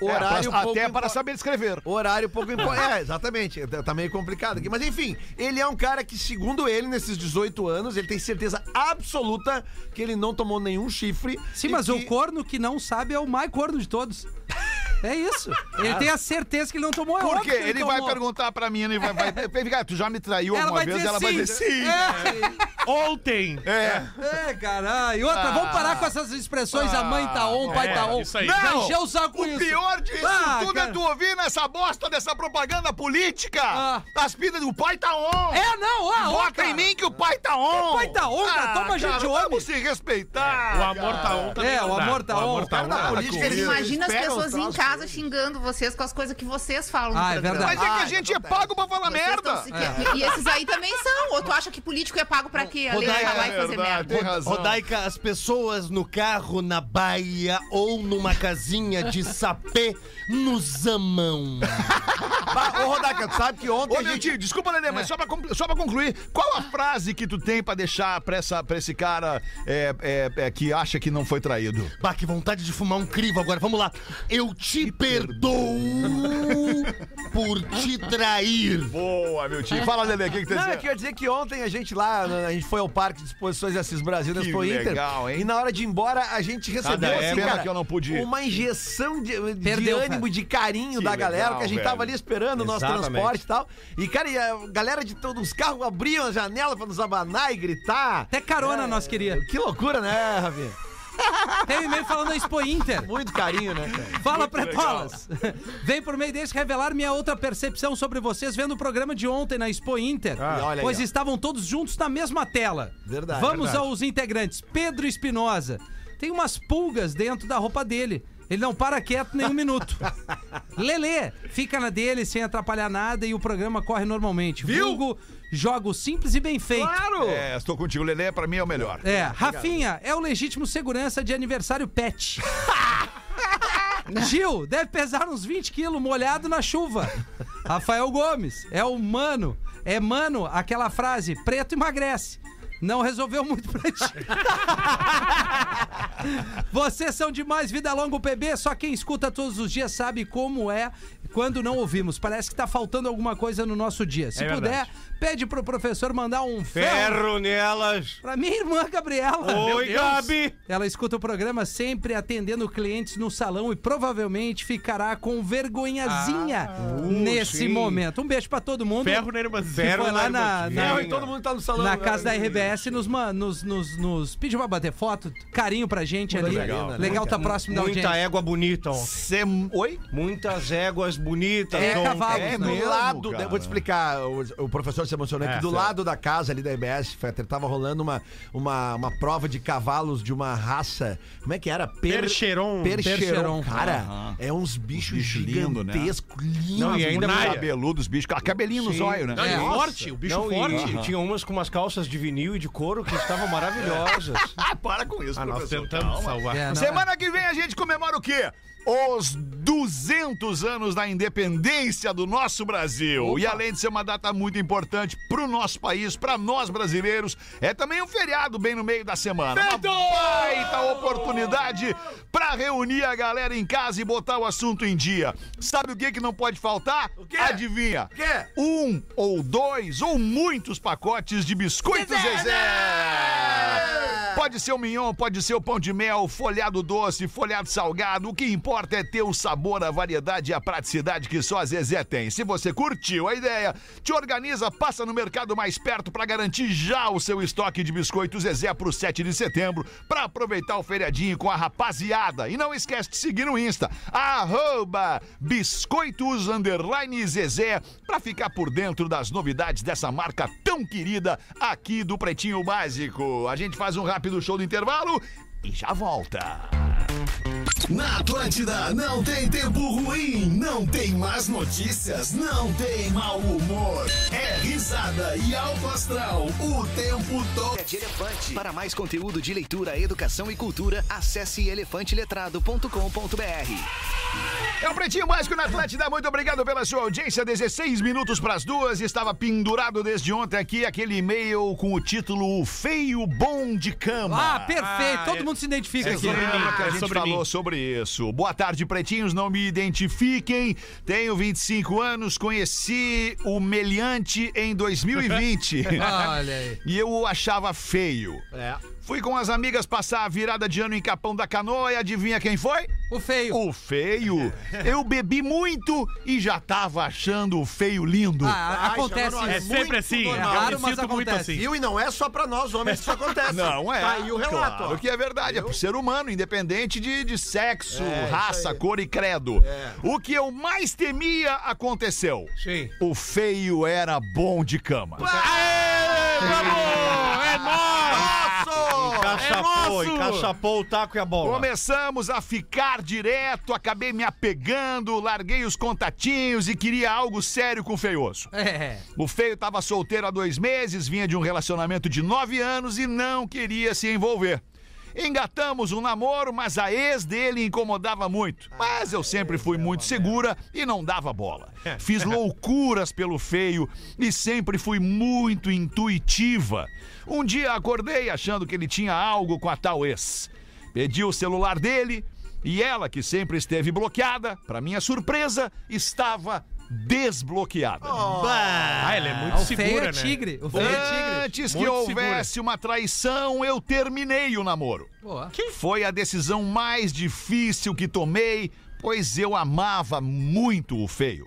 B: É,
D: Horário
B: pra-
D: pouco
B: até
D: impo-
B: para saber escrever.
D: Horário
B: <laughs>
D: pouco importante. É, exatamente. Tá tá meio complicado aqui. Mas enfim, ele é um cara que, segundo ele, nesses 18 anos, ele tem certeza absoluta que ele não tomou nenhum chifre.
E: Sim,
D: e
E: mas
D: que...
E: o corno que não sabe é o mais corno de todos. É isso. Ele tem a certeza que ele não tomou. é
B: Ah. Por
E: óbvio
B: quê?
E: que ele
B: Ele vai
E: tomou.
B: perguntar pra mim, ele vai, vai,
E: <laughs>
B: vai ficar, tu já me traiu
E: Ela
B: alguma
E: vai
B: vez?
E: dizer
B: Ela vai
E: sim.
B: dizer sim.
F: Ontem!
B: É.
E: É, caralho. E outra,
B: Ah.
E: vamos parar com essas expressões, a mãe tá on, o pai
F: é,
E: tá on.
F: isso aí.
E: Já
B: Não,
E: encheu o saco com
B: O
E: isso.
B: pior disso
E: Ah,
B: tudo é
E: cara.
B: tu ouvir nessa bosta dessa propaganda política.
E: Ah.
B: As pidas do pai tá on.
E: É, não, ó. ó,
B: Bota
E: cara.
B: em mim que o pai tá on. Ah,
E: O pai tá on, cara, toma gente homem.
B: Vamos se respeitar.
F: O amor tá on também.
E: É,
F: não
E: o
F: dá.
E: amor tá
F: O
E: on.
F: amor tá
D: O cara da
F: on.
D: política,
B: com
D: ele
B: isso.
C: Imagina as
D: Eles
B: um
D: pegam
C: pessoas
D: os
C: em
D: troços
C: casa xingando vocês com as coisas que vocês falam
E: Ah, é
C: no programa.
E: verdade.
B: Mas é que a
D: Ah,
B: gente é pago pra falar
C: Vocês
B: merda.
C: tão se que- E esses aí também são. Ou tu acha que político é pago pra quê? Além de
I: Rodaica,
C: falar e fazer
B: verdade,
C: merda.
B: Tem razão.
I: Rodaica, as pessoas no carro, na baia ou numa casinha de sapê nos amam.
D: <laughs> Bah, Ô, Rodaica, tu sabe que ontem
B: Ô,
D: a
B: meu
D: gente. É.
B: tio, desculpa, Lelê, mas só pra, compl- só pra concluir, qual a frase que tu tem pra deixar pra, essa, pra esse cara é, é, é, que acha que não foi traído?
I: Bah, que vontade de fumar um crivo agora. Vamos lá. Eu te perdoo por te trair.
B: Boa, meu tio. Fala, Lelê, o é que, que tu
D: Não,
B: dizia?
D: eu queria dizer que ontem a gente lá, na- a gente foi ao Parque de Exposições de Assis Brasil, nós
B: Que
D: foi Inter.
B: legal, hein?
D: E na hora de ir embora, a gente recebeu
B: Cada
D: assim,
B: época
D: cara,
B: que eu não pude ir.
D: uma injeção de, de
E: Perdeu,
D: ânimo,
E: cara.
D: de carinho
B: Que
D: da galera,
B: legal,
D: que a gente
B: velho.
D: tava ali esperando o nosso
G: Exatamente.
D: transporte e tal. E, cara, e a galera de todos os carros abriam a janela pra nos abanar e gritar.
E: Até carona nós queria.
D: Que loucura, né, Ravi?
E: Tem um e-mail falando da Expo Inter.
D: Muito carinho, né, cara?
E: Fala, Prepolas! <laughs> Vem por meio desse revelar minha outra percepção sobre vocês vendo o programa de ontem na Expo Inter.
D: Ah. olha aí,
E: pois
D: ó.
E: estavam todos juntos na mesma tela.
D: Verdade,
E: Vamos
D: verdade.
E: aos integrantes. Pedro Espinosa. Tem umas pulgas dentro da roupa dele. Ele não para quieto nem
D: <laughs>
E: um minuto. Lelê fica na dele sem atrapalhar nada e o programa corre normalmente.
F: Viu?
E: Vulgo, jogo simples e bem feito.
B: É, estou contigo, Lelê, pra mim é o melhor.
E: É, Rafinha é o legítimo segurança de aniversário pet. Gil deve pesar uns 20 quilos molhado na chuva. Rafael Gomes é o mano. É mano aquela frase: preto emagrece. Não resolveu muito pra ti. Vocês são demais, vida longa o PB. Só quem escuta todos os dias sabe como é quando não ouvimos. Parece que tá faltando alguma coisa no nosso dia. Se
F: É
E: puder,
F: verdade.
E: pede pro professor mandar um ferro
G: Ferro nelas.
E: pra minha irmã
F: Ah,
E: Gabriela.
G: Oi, Gabi.
E: Ela escuta o programa sempre atendendo clientes no salão e provavelmente ficará com vergonhazinha nesse
G: sim.
E: momento. Um beijo pra todo mundo.
F: Ah, Ferro né? na irmãzinha.
E: Ferro
G: Ferro
E: foi lá
G: na
E: na,
G: irmã.
E: na,
G: Ferro em todo
D: mundo tá no salão.
E: na casa da RBS aparece nos, ma- nos, nos, nos- pediu pra bater foto, carinho pra gente ali.
G: legal.
E: Legal, tá próximo da
G: Muita
E: audiência.
G: égua bonita, ó.
B: Sem- Oi?
G: Muitas éguas bonitas.
E: É,
G: ontem.
E: cavalo.
D: É,
E: É
D: do
B: mesmo,
D: lado.
B: cara.
D: Eu vou te explicar. O, o professor se emocionou
F: É,
D: que do
F: certo.
D: lado da casa ali da EBS, Fetter, tava rolando uma, uma, uma prova de cavalos de uma raça. Como é que era? Per-
F: Percheron.
D: Percheron.
E: Percheron.
D: Cara, é uns bichos
B: bicho lindo, né?
D: gigantescos, lindos.
G: Não, e ainda mais-
B: Cabeludos, bicho. Ah, Cabelinho no zóio, né?
F: Não, e forte, o bicho
G: Não, e-
F: forte.
G: E, tinha umas com umas calças de vinil e de couro que estavam maravilhosas.
B: Ah, para com isso,
F: Ah, nós
B: professor.
F: tentamos
B: Calma.
F: salvar.
E: É, não,
B: Semana que vem a gente comemora o quê? Os 200 anos da independência do nosso Brasil. E além de ser uma data muito importante pro nosso país, pra nós brasileiros, é também um feriado bem no meio da semana. Uma baita oportunidade pra reunir a galera em casa e botar o assunto em dia. Sabe o que que não pode faltar? O quê? Adivinha? O
D: quê?
B: Um ou dois ou muitos pacotes de biscoitos Zezé. Pode ser o mignon, pode ser o pão de mel, folhado doce, folhado salgado. O que importa é ter o sabor, a variedade e a praticidade que só a Zezé tem. Se você curtiu a ideia, te organiza, passa no mercado mais perto para garantir já o seu estoque de biscoitos Zezé pro 7 de setembro, para aproveitar o feriadinho com a rapaziada. E não esquece de seguir no Insta, arroba biscoitos underline Zezé, para ficar por dentro das novidades dessa marca tão querida aqui do Pretinho Básico. A gente faz um rápido show do intervalo e já volta.
A: Na Atlântida não tem tempo ruim, não tem más notícias, não tem mau humor. É risada e alto astral o tempo todo.
J: de Elefante. Para mais conteúdo de leitura, educação e cultura, acesse elefanteletrado.com.br.
B: É o Pretinho Básico na Atlântida. Muito obrigado pela sua audiência. 16 minutos para as duas. Estava pendurado desde ontem aqui aquele e-mail com o título Feio Bom de Cama.
E: Ah, perfeito.
F: Ah,
E: Todo
F: é-
E: mundo se identifica
F: é
E: aqui.
F: sobre mim.
B: Ah,
F: cara,
B: a gente
F: sobre
B: falou
F: mim.
B: sobre isso. Boa tarde, pretinhos. Não me identifiquem. Tenho 25 anos. Conheci o Meliante em
F: <laughs>
B: 2020.
E: Olha aí.
B: <laughs> e eu o achava feio.
F: É.
B: Fui com as amigas passar a virada de ano em Capão da Canoa e adivinha quem foi?
E: O feio.
B: O feio. Eu bebi muito e já tava achando o feio lindo.
E: Ah,
D: Ai,
E: acontece
D: chama no
F: É
E: isso.
F: sempre assim.
E: normal. Raro,
F: Eu me
E: mas
F: sinto muito
E: acontece.
F: assim.
D: Viu? E não é só pra nós homens que isso
B: <laughs>
D: acontece.
B: Não é.
D: Tá aí o relato.
B: Claro
D: ó.
B: que é verdade. É pro ser humano, independente de, de sexo, raça, cor e credo. O que eu mais temia aconteceu.
F: Sim.
B: O feio era bom de cama.
F: É nóis!
G: Encaixapou,
F: É nosso!
G: encaixapou o taco e a bola.
B: Começamos a ficar direto, acabei me apegando, larguei os contatinhos e queria algo sério com o feioso.
E: É.
B: O feio tava solteiro há dois meses, vinha de um relacionamento de nove anos e não queria se envolver. Engatamos um namoro, mas a ex dele incomodava muito. Mas eu sempre fui muito segura e não dava bola. Fiz loucuras pelo feio e sempre fui muito intuitiva. Um dia acordei achando que ele tinha algo com a tal ex. Pedi o celular dele e ela, que sempre esteve bloqueada, para minha surpresa, estava desbloqueada.
F: Ah, ele é muito
E: O feio
F: segura,
E: é
F: né?
E: tigre. O feio é tigre.
B: Antes que
F: Muito
B: houvesse uma traição, eu terminei o namoro.
E: Boa.
B: Foi a decisão mais difícil que tomei, pois eu amava muito o feio.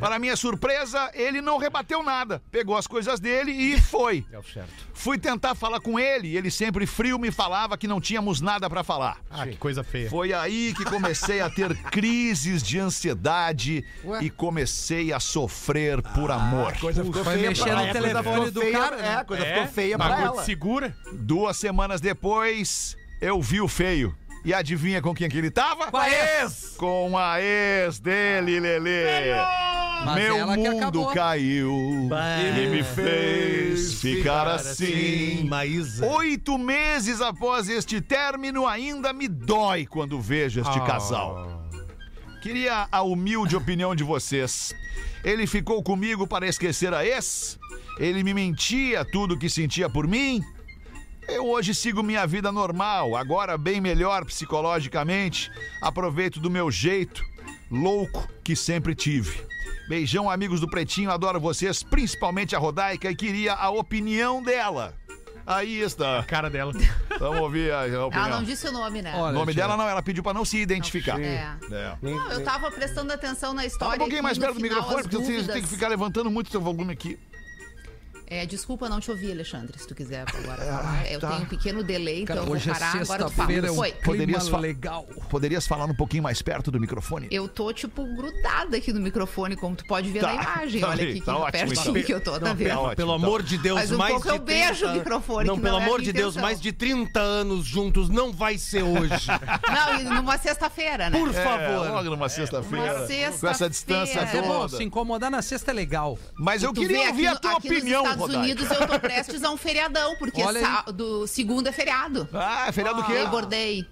B: Para minha surpresa, ele não rebateu nada. Pegou as coisas dele e foi.
G: É o certo.
B: Fui tentar falar com ele e ele sempre frio me falava que não tínhamos nada para falar.
F: Ah, que coisa feia.
B: Foi aí que comecei a ter crises de ansiedade e comecei a sofrer por amor.
D: Coisa ficou
E: Foi
D: feia
E: mexer
D: pra
E: no
D: ela. A coisa
E: telefone
D: ficou
E: do
D: feia-
E: cara, né?
D: É, a coisa
F: É,
D: ficou feia pra
F: bagulho
D: ela.
F: de segura.
B: Duas semanas depois, eu vi o feio. E adivinha com quem que ele tava?
E: Com a ex.
B: Com a ex dele, Lelê.
E: Mas
B: Meu
E: ela que
B: mundo
E: acabou.
B: caiu e me fez ficar assim.
F: Maísa.
B: Oito meses após este término, ainda me dói quando vejo este
F: Ah.
B: casal. Queria a humilde opinião de vocês. Ele ficou comigo para esquecer a ex? Ele me mentia tudo que sentia por mim? Eu hoje sigo minha vida normal, agora bem melhor psicologicamente. Aproveito do meu jeito louco que sempre tive. Beijão, amigos do Pretinho, adoro vocês, principalmente a Rodaica, e queria a opinião dela. Aí está.
F: Cara dela.
B: Vamos ouvir a, a
C: Ela não
B: opinião.
C: disse o nome, né?
B: O
E: Olha,
B: nome
E: tio.
B: dela não, ela pediu pra não se identificar.
C: É.
B: É.
C: Não, eu tava prestando atenção na
B: Fala
C: história.
B: um pouquinho
C: aqui
B: mais
C: no
B: perto do
C: final,
B: microfone,
C: as
B: porque você tem
C: dúvidas.
B: que ficar levantando muito seu volume aqui.
C: É, desculpa não te ouvir, Alexandre, se tu quiser agora falar. Eu
B: tá.
C: tenho um pequeno delay,
E: Cara,
C: então eu
E: hoje
C: vou
E: é
C: parar agora tu
E: sexta-feira, é
C: fala.
E: um
C: Foi.
E: clima
B: Poderias fa-
E: legal.
B: Poderias falar um pouquinho mais perto do microfone?
C: Eu tô, tipo, grudada aqui no microfone, como tu pode ver
B: Tá,
C: na imagem.
B: tá
C: Olha
B: bem,
C: aqui
B: tá
C: que
B: ótimo,
C: pertinho
B: então.
C: que eu tô, tá vendo?
B: tá ótimo,
G: pelo
B: então.
G: amor de Deus,
C: Mas um
G: mais
C: pouco
G: de
C: eu beijo o
G: 30
C: microfone,
G: Não,
C: que não
G: pelo
C: é a
G: amor
C: minha
G: de Deus,
C: intenção.
G: mais de 30
I: anos juntos não vai ser
C: <laughs>
I: hoje.
C: Não, e numa sexta-feira, né?
G: por
B: É,
G: favor.
B: logo numa sexta-feira.
C: Uma
B: com essa
C: sexta-feira.
B: distância
C: Mas é
E: É bom, se
B: toda.
E: incomodar na sexta é legal.
B: Mas eu
C: Tu
B: queria
C: vê,
B: ouvir
C: aqui
B: a
C: no-
B: tua
C: aqui
B: opinião, Rodaica.
C: Nos Estados Unidos eu tô prestes a um feriadão, porque
E: Olha
C: sa- do segundo é feriado.
B: Ah, é feriado do quê?
C: Labor Day,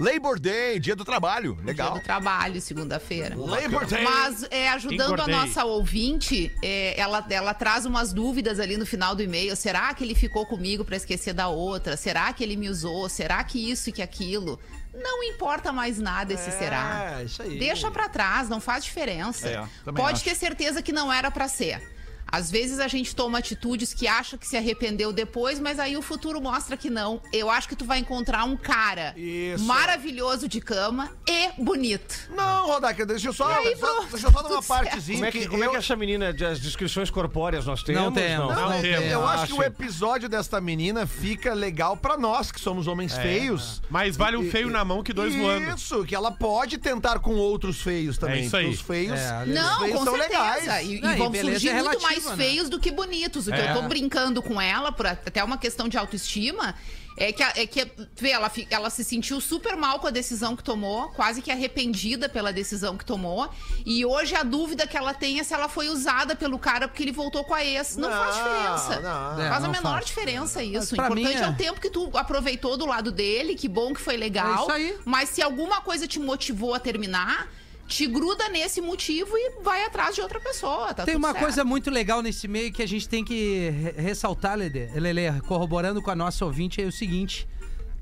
B: Labor Day, dia do trabalho.
C: dia
B: Legal.
C: do trabalho, segunda-feira.
B: Labor Day.
C: Mas é, ajudando
F: Engordei.
C: a nossa ouvinte, é, ela, ela traz umas dúvidas ali no final do e-mail. Será que ele ficou comigo pra esquecer da outra? Será que ele me usou? Será que isso e que aquilo? Não importa mais nada esse será.
D: É, isso aí.
C: Deixa pra trás, não faz diferença.
B: É, também
C: Pode
B: acho.
C: ter certeza que não era pra ser. Às vezes a gente toma atitudes que acha que se arrependeu depois, mas aí o futuro mostra que não. Eu acho que tu vai encontrar um cara
D: Isso.
C: maravilhoso de cama e bonito.
D: Não, Rodaica, deixa eu só,
C: E aí,
D: só-
C: pronto,
D: deixa eu só dar uma
C: tudo certo.
D: partezinha.
G: Como é que,
D: que
G: como é
D: eu-
G: que essa menina, de- as descrições corpóreas nós temos?
E: Não temos.
D: Não,
E: Não
D: eu-
E: temos.
D: eu acho,
G: Acho.
D: que o episódio desta menina fica legal pra nós, que somos homens feios.
F: Mais vale um feio na mão que dois voando.
D: Isso, que ela pode tentar com outros feios também.
F: É isso aí.
D: porque Os feios,
E: É,
D: os
C: Não,
D: feios
C: com
D: são
C: certeza.
D: legais.
C: E,
E: Não,
C: e
E: e
C: vão
E: beleza
C: surgir
E: é
C: muito mais
E: relativa, né?
C: feios do que bonitos. O que
G: É.
C: eu tô brincando com ela, por até uma questão de autoestima, é que, a- é que vê, ela, fi- ela se sentiu super mal com a decisão que tomou, quase que arrependida pela decisão que tomou. E hoje a dúvida que ela tem é se ela foi usada pelo cara porque ele voltou com a ex. Não,
D: Não,
C: faz diferença.
D: não.
E: É,
C: faz
E: não
C: a menor
E: faz.
C: diferença isso. O
E: pra
C: importante
E: mim é-
C: é o tempo que tu aproveitou do lado dele, que bom que foi legal.
E: É isso aí.
C: Mas se alguma coisa te motivou a terminar, te gruda nesse motivo e vai atrás de outra pessoa. tá
E: Tem
C: tudo
E: uma
C: certo.
E: coisa muito legal nesse meio que a gente tem que re- ressaltar, Lele, Lele, corroborando com a nossa ouvinte, é o seguinte: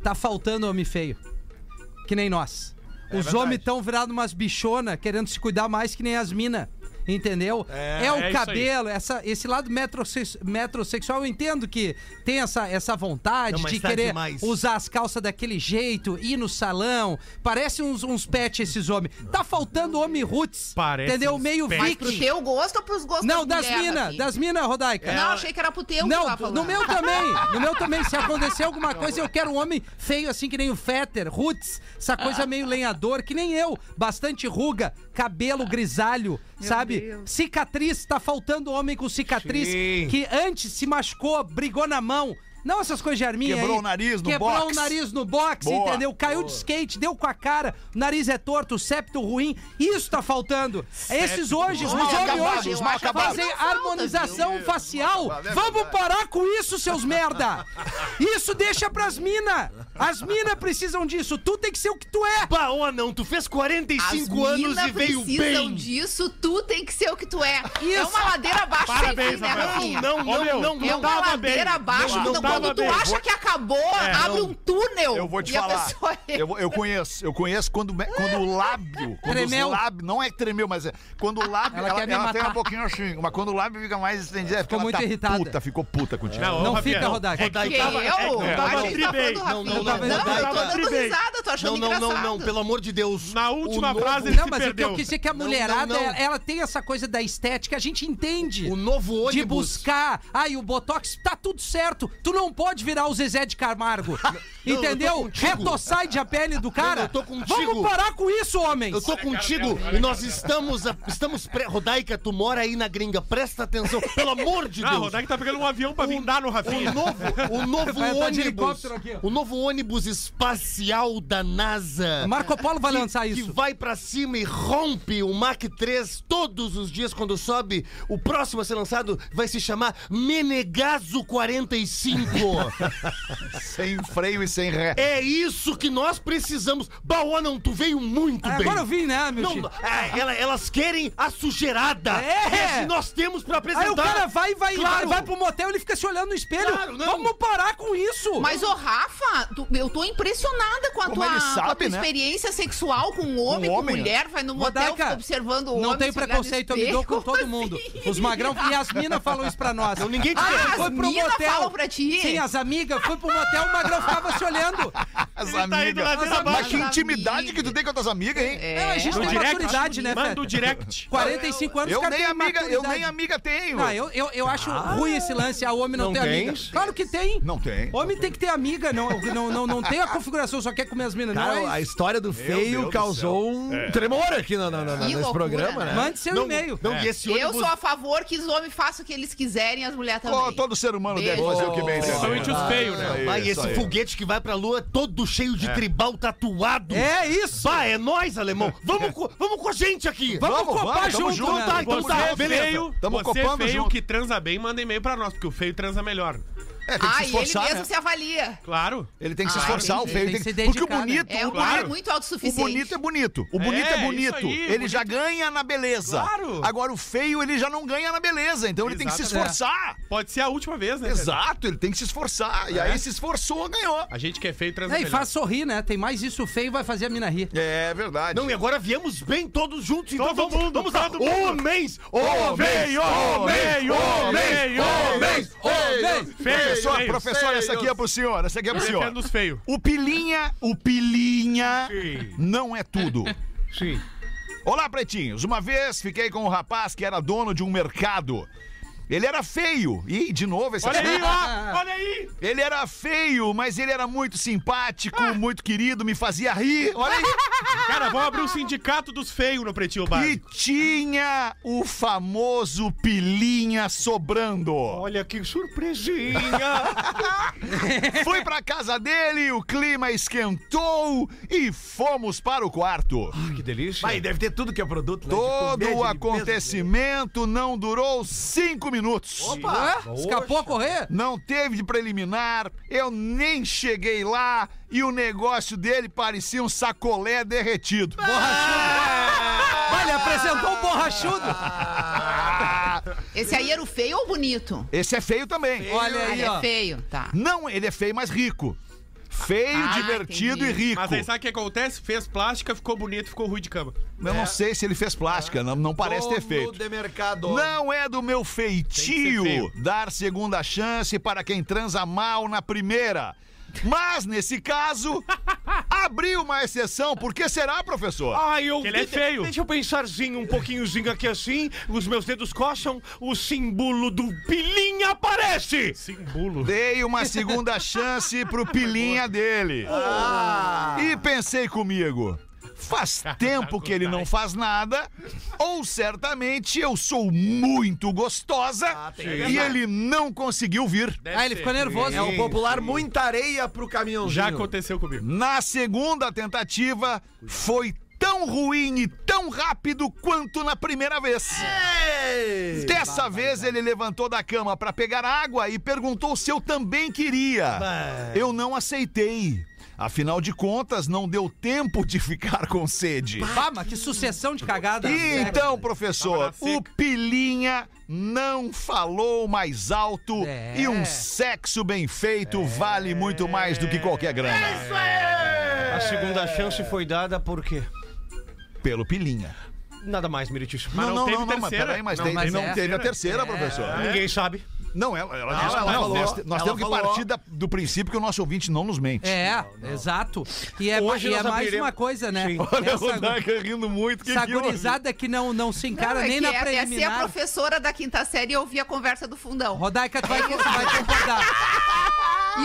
E: tá faltando homem feio. Que nem nós.
F: É
E: Os homens estão virados umas bichona querendo se cuidar mais que nem as mina. Entendeu? É, o
F: é isso aí.
E: cabelo, essa, esse lado metrosse- metrosexual, eu entendo que tem essa, essa vontade
I: Não, mas
E: de
I: tá
E: querer
I: demais.
E: usar as calças daquele jeito, ir no salão. Parece uns, uns pet esses homens. Tá faltando homem roots.
F: Parece
E: entendeu?
F: uns
E: Meio
F: pet.
C: Mas
E: viking.
C: pro teu gosto ou pros gostos
E: Não,
C: de
E: das
C: mulher,
E: minas,
C: Rafinha?
E: das minas, Rodaica.
C: Não, achei que era pro teu que tu
E: Não,
C: tava
E: no
C: falando.
E: meu também. No meu também. Se acontecer alguma coisa, eu quero um homem feio assim que nem o Fetter, Roots, essa coisa meio lenhador, que nem eu. Bastante ruga, cabelo grisalho, sabe? Cicatriz, tá faltando homem com cicatriz
G: Sim.
E: que antes se machucou, brigou na mão. Não essas coisas de arminha
B: Quebrou
E: aí.
B: o nariz no
E: Quebrou
B: box.
E: o nariz no box,
B: Boa.
E: entendeu? Caiu de skate, deu com a cara, o nariz é torto, o septo ruim. Isso tá faltando. Esses hoje, os
C: Olha,
E: homens
C: acabados,
E: hoje
C: os mal acabados.
E: fazem
C: Não falta,
E: harmonização
I: um.
B: viu?
E: facial.
B: Acabado, é
E: Vamos
B: verdade.
E: parar com isso, seus merda! Isso deixa pras mina! As mina precisam disso, tu tem que ser o que tu é!
I: Bah, ô não, tu fez 45
C: As
I: anos
C: mina
I: e veio
C: precisam
I: bem.
C: disso, tu tem que ser o que tu é. É
E: Isso.
C: uma ladeira abaixo sem
F: Parabéns,
C: fim, né,
F: Rafael.
C: Rafinha?
I: Não,
F: Ô, meu,
I: não, não,
C: É
I: não.
C: uma
F: tava
C: ladeira
F: bem.
C: abaixo.
F: Não,
C: então,
F: não
C: quando
F: tava
C: tu
F: bem.
C: acha
F: Vou- É,
C: que acabou, abre um túnel.
B: Eu vou te
C: e a
B: falar.
C: pessoa é-
B: Eu, vou- eu conheço, eu conheço quando, me- quando o lábio. Quando
E: Tremeu.
B: os lábios. Não é que tremeu, mas é. Quando o lábio. Ela,
E: Ela
B: ela,
E: quer me
B: tem
E: matar.
B: um pouquinho assim, mas quando o lábio fica mais estendido, ela
E: Ficou
B: ela
E: muito
B: tá
E: irritada.
B: Puta, ficou puta contigo.
E: Não
F: Rafinha,
E: Então fica, Rodaica.
I: Rodaica,
C: Quem, é eu?
I: não
C: Acho
I: tava
C: que tá
F: tri bem.
I: Não,
C: falando,
I: não, não, não,
C: Rafinha. Não, eu tô
I: tava
C: dando
I: tri bem.
C: risada, tô
I: Não,
C: achando
I: não, não, não,
C: engraçado.
I: pelo amor de Deus.
F: Na última frase ele
E: Não,
F: se
E: mas o que
F: perdeu.
E: eu quis dizer é que a
I: Não,
E: mulherada,
I: não, não.
E: Ela, ela tem essa coisa da estética, a gente entende.
I: O novo ônibus.
E: de buscar, ai, o Botox, tá tudo certo. Tu não pode virar o Zezé de Camargo.
I: eu tô
E: entendeu?
I: contigo.
E: Retosside a pele do cara.
I: eu tô contigo.
E: Vamos parar com isso, homens.
I: Eu tô contigo e nós estamos. a- estamos pré- Rodaica, tu mora aí na gringa, presta atenção, pelo amor
E: <laughs>
I: de
F: Ah,
I: Deus.
F: o Rodaica tá pegando um avião pra vindar no Rafinha.
I: é O novo, o
E: <laughs>
I: novo
E: Vai andar Tá
I: ônibus.
E: de helicóptero aqui, ó.
I: O novo ônibus espacial da NASA.
E: Marco Polo vai lançar
I: Que
E: isso.
I: vai pra cima e rompe o Mach 3 todos os dias quando sobe. O próximo a ser lançado vai se chamar Menegaso
E: <laughs>
I: 45.
B: Sem freio e sem ré.
I: é isso que nós precisamos. Baú, não, tu veio muito bem.
E: Agora eu vim, né, meu
I: Não,
E: filho?
I: ah, ela- elas querem a sujeirada.
E: É.
I: o que nós temos pra apresentar.
E: Aí o cara vai, vai,
I: é Claro.
E: vai, vai pro motel, ele fica se olhando no espelho.
I: Claro, não.
E: Vamos parar com isso.
C: Mas, ô Rafa, tu- eu tô impressionada com a
B: Como
C: tua,
B: ele
C: com a
B: sabe,
C: tua
B: né?
C: experiência sexual com um homem, com,
B: homem, né?
C: mulher, vai no motel,
E: Rodaica,
C: fica observando o homem.
E: não tem
C: se olhar no
E: preconceito, eu
C: <laughs>
E: me dou com
C: espelho. assim?
E: todo mundo. Os magrão e as mina falam isso pra nós.
I: Ninguém te
E: Ah,
I: quer.
E: foi
C: As
E: pro
C: minas
E: motel.
C: falam pra ti. ali?
E: Sim, as amigas, foi pro motel, o Magrão ficava se olhando.
B: As
F: Ele tá indo
B: amigas.
F: lá dentro
C: As
B: Mas
F: abaixo.
B: que
C: amigas.
B: intimidade que tu tem com as tuas amigas, hein?
C: É.
E: Não, a gente
F: No
E: tem
F: direct.
E: maturidade, né,
F: Manda o
E: Feta?
F: direct.
E: 45 anos,
B: Eu
E: cara,
B: nem
E: tem
B: amiga, eu
E: maturidade.
B: nem amiga tenho.
E: Não, eu, eu, eu acho ruim esse lance, a homem não,
G: Não
E: tem
G: tem?
E: amiga. Claro que tem.
B: Não tem.
E: Homem tem que ter amiga, não, não, não, não tem a configuração, só quer comer as minas.
D: Cara,
E: não é
D: a
E: isso.
D: história do feio
B: Deus do
D: causou um tremor aqui no, no, no-
C: Que
D: nesse
C: loucura,
D: programa, né?
C: né?
E: Mande seu e-mail.
I: Não, e esse
C: Eu
I: ônibus...
C: sou a favor que os homens façam o que eles quiserem e as mulheres também.
B: Ó, Todo ser humano
C: Beijo.
B: deve fazer o que bem entender.
F: Principalmente os feios, né?
I: Vai,
C: É,
B: Isso
I: esse
B: aí.
I: foguete que vai pra lua todo cheio de tribal tatuado.
E: É isso.
I: Pá, é nós, alemão. Vamos com, vamos com a gente aqui.
E: Vamos,
B: Vamos,
E: copar
B: vamos, tamo
E: junto,
B: junto,
E: né?
I: tá, então
F: Você é
I: tá, beleza.
F: feio,
B: Tamo
F: você é
B: copando
F: feio
B: junto.
F: que transa bem, manda e-mail pra nós, porque o feio transa melhor.
B: É, tem que
C: Ah,
B: se
C: e ele
B: esforçar,
C: mesmo
B: né?
C: se avalia.
F: Claro.
B: Ele tem que se
C: Ah,
B: esforçar, o
C: tem-
B: feio
E: tem
B: tem
E: que
B: que...
E: se
B: Porque o
E: dedicar, né?
B: bonito...
C: É um
B: bonito-
C: cara muito
B: O
C: autossuficiente.
B: bonito é bonito. O bonito
F: É,
B: é,
F: isso
B: bonito.
F: aí,
B: ele
F: bonito.
B: já ganha na beleza.
F: Claro.
B: Agora, o feio, ele já não ganha na beleza. Então, ele tem que se
E: Exatamente.
B: esforçar.
F: Pode ser a última vez, né?
B: Exato, ele tem que se esforçar. E aí, se esforçou, ganhou.
F: A gente que é feio transa
E: É, e
F: melhor.
E: faz sorrir, né? Tem mais isso o feio, vai fazer a mina rir.
B: É verdade.
I: Não, e agora viemos bem todos juntos, então
F: Todo
I: vamos,
F: mundo,
I: vamos lá.
F: todo mundo.
I: Homens, homens, homens, homens, homens, homens.
B: Professor,
F: feio,
B: professor, essa aqui é pro senhor, essa aqui é pro senhor.
F: Defendo os feios.
B: O pilinha, o pilinha
F: Sim.
B: não é tudo.
F: Sim.
B: Olá, pretinhos. Uma vez fiquei com um rapaz que era dono de um mercado. Ele era feio. E de novo esse
F: Olha aí,
B: assunto.
F: ó. Olha aí.
B: Ele era feio, mas ele era muito simpático,
F: Ah.
B: muito querido, me fazia rir. Olha aí.
F: Cara, vamos abrir o sindicato dos feios no Pretinho
B: E
F: Básico.
B: tinha o famoso pilinha sobrando.
G: Olha que surpresinha!
B: <laughs> Fui pra casa dele, o clima esquentou e fomos para o quarto.
F: tá
G: que delícia.
D: Vai, deve ter tudo que é produto, né? De
B: Todo
D: comédia,
B: o
D: limpeza.
B: acontecimento não durou cinco minutos.
E: Opa! Escapou a correr?
B: Não teve de preliminar, eu nem cheguei lá e o negócio dele parecia um sacolé derretido.
E: Vai, ele apresentou um borrachudo.
C: Esse aí era o feio ou o bonito?
B: Esse é feio também.
E: Olha
C: Ah,
E: aí,
C: ele
E: ó.
C: é feio, tá.
B: Não, ele é feio, mas rico. Feio,
C: Ah,
B: divertido
C: entendi.
B: e rico.
F: Mas aí sabe o que acontece? Fez plástica, ficou bonito, ficou ruim de cama.
B: Eu não sei se ele fez plástica, não, não parece ter
D: Dono
B: feito.
D: de mercado.
B: Não é do meu feitio
F: feio.
B: dar segunda chance para quem transa mal na primeira. Mas, nesse
F: <laughs>
B: caso, abriu uma exceção. Por que será, professor?
G: Ai, Ah, eu,
F: Que ele é
G: deixa-
F: feio.
G: Deixa eu pensarzinho um pouquinhozinho aqui assim. Os meus dedos coçam, o símbolo do pilinha aparece!
F: Simbulo.
B: Dei uma segunda chance pro pilinha dele. E pensei comigo. Faz tempo que ele não faz nada, ou certamente eu sou muito gostosa e ele não conseguiu vir.
E: Ah, ele ficou nervoso.
D: É o popular muita areia pro caminhãozinho.
F: Já aconteceu comigo.
B: Na segunda tentativa, foi tão ruim e tão rápido quanto na primeira vez. Dessa vez, ele levantou da cama para pegar água e perguntou se eu também queria. Eu não aceitei. Afinal de contas, não deu tempo de <laughs> ficar com sede.
E: Pá, mas que sucessão de cagada.
B: E então, professor,
F: tá Tava na
B: o
F: seca.
B: Pilinha não falou mais alto
E: É.
B: e um sexo bem feito vale muito mais do que qualquer
F: É
B: grana.
G: A segunda chance foi dada porque.
B: Pelo Pilinha.
G: Nada mais, Meritíssimo.
F: Mas
B: não,
F: não
B: não,
F: teve
B: não, não, mas
F: terceira.
B: peraí, mas,
E: Não,
B: tem-
E: mas
B: não
E: é.
B: teve a terceira, professor.
G: Ninguém sabe.
B: Não, ela, ela disse,
D: ela
B: não,
D: falou,
B: nós, te- nós
D: ela
B: temos que
D: falou.
B: partir da- do princípio que o nosso ouvinte não nos mente.
E: É, exato. E é,
G: Hoje
E: e é
G: nós
E: mais
G: abriremos-
E: uma coisa, né?
G: Sim.
B: Olha o
E: Essa,
B: Daca rindo muito. Que
E: essa
B: que houve?
E: gurizada que não, não se
C: Não,
E: encara
C: é
E: nem
C: que
E: na
C: é até ser a
E: preliminar.
C: professora da quinta série e ouvir a conversa do fundão.
E: Rodaica,
C: É
E: tu vai, tu vai concordar.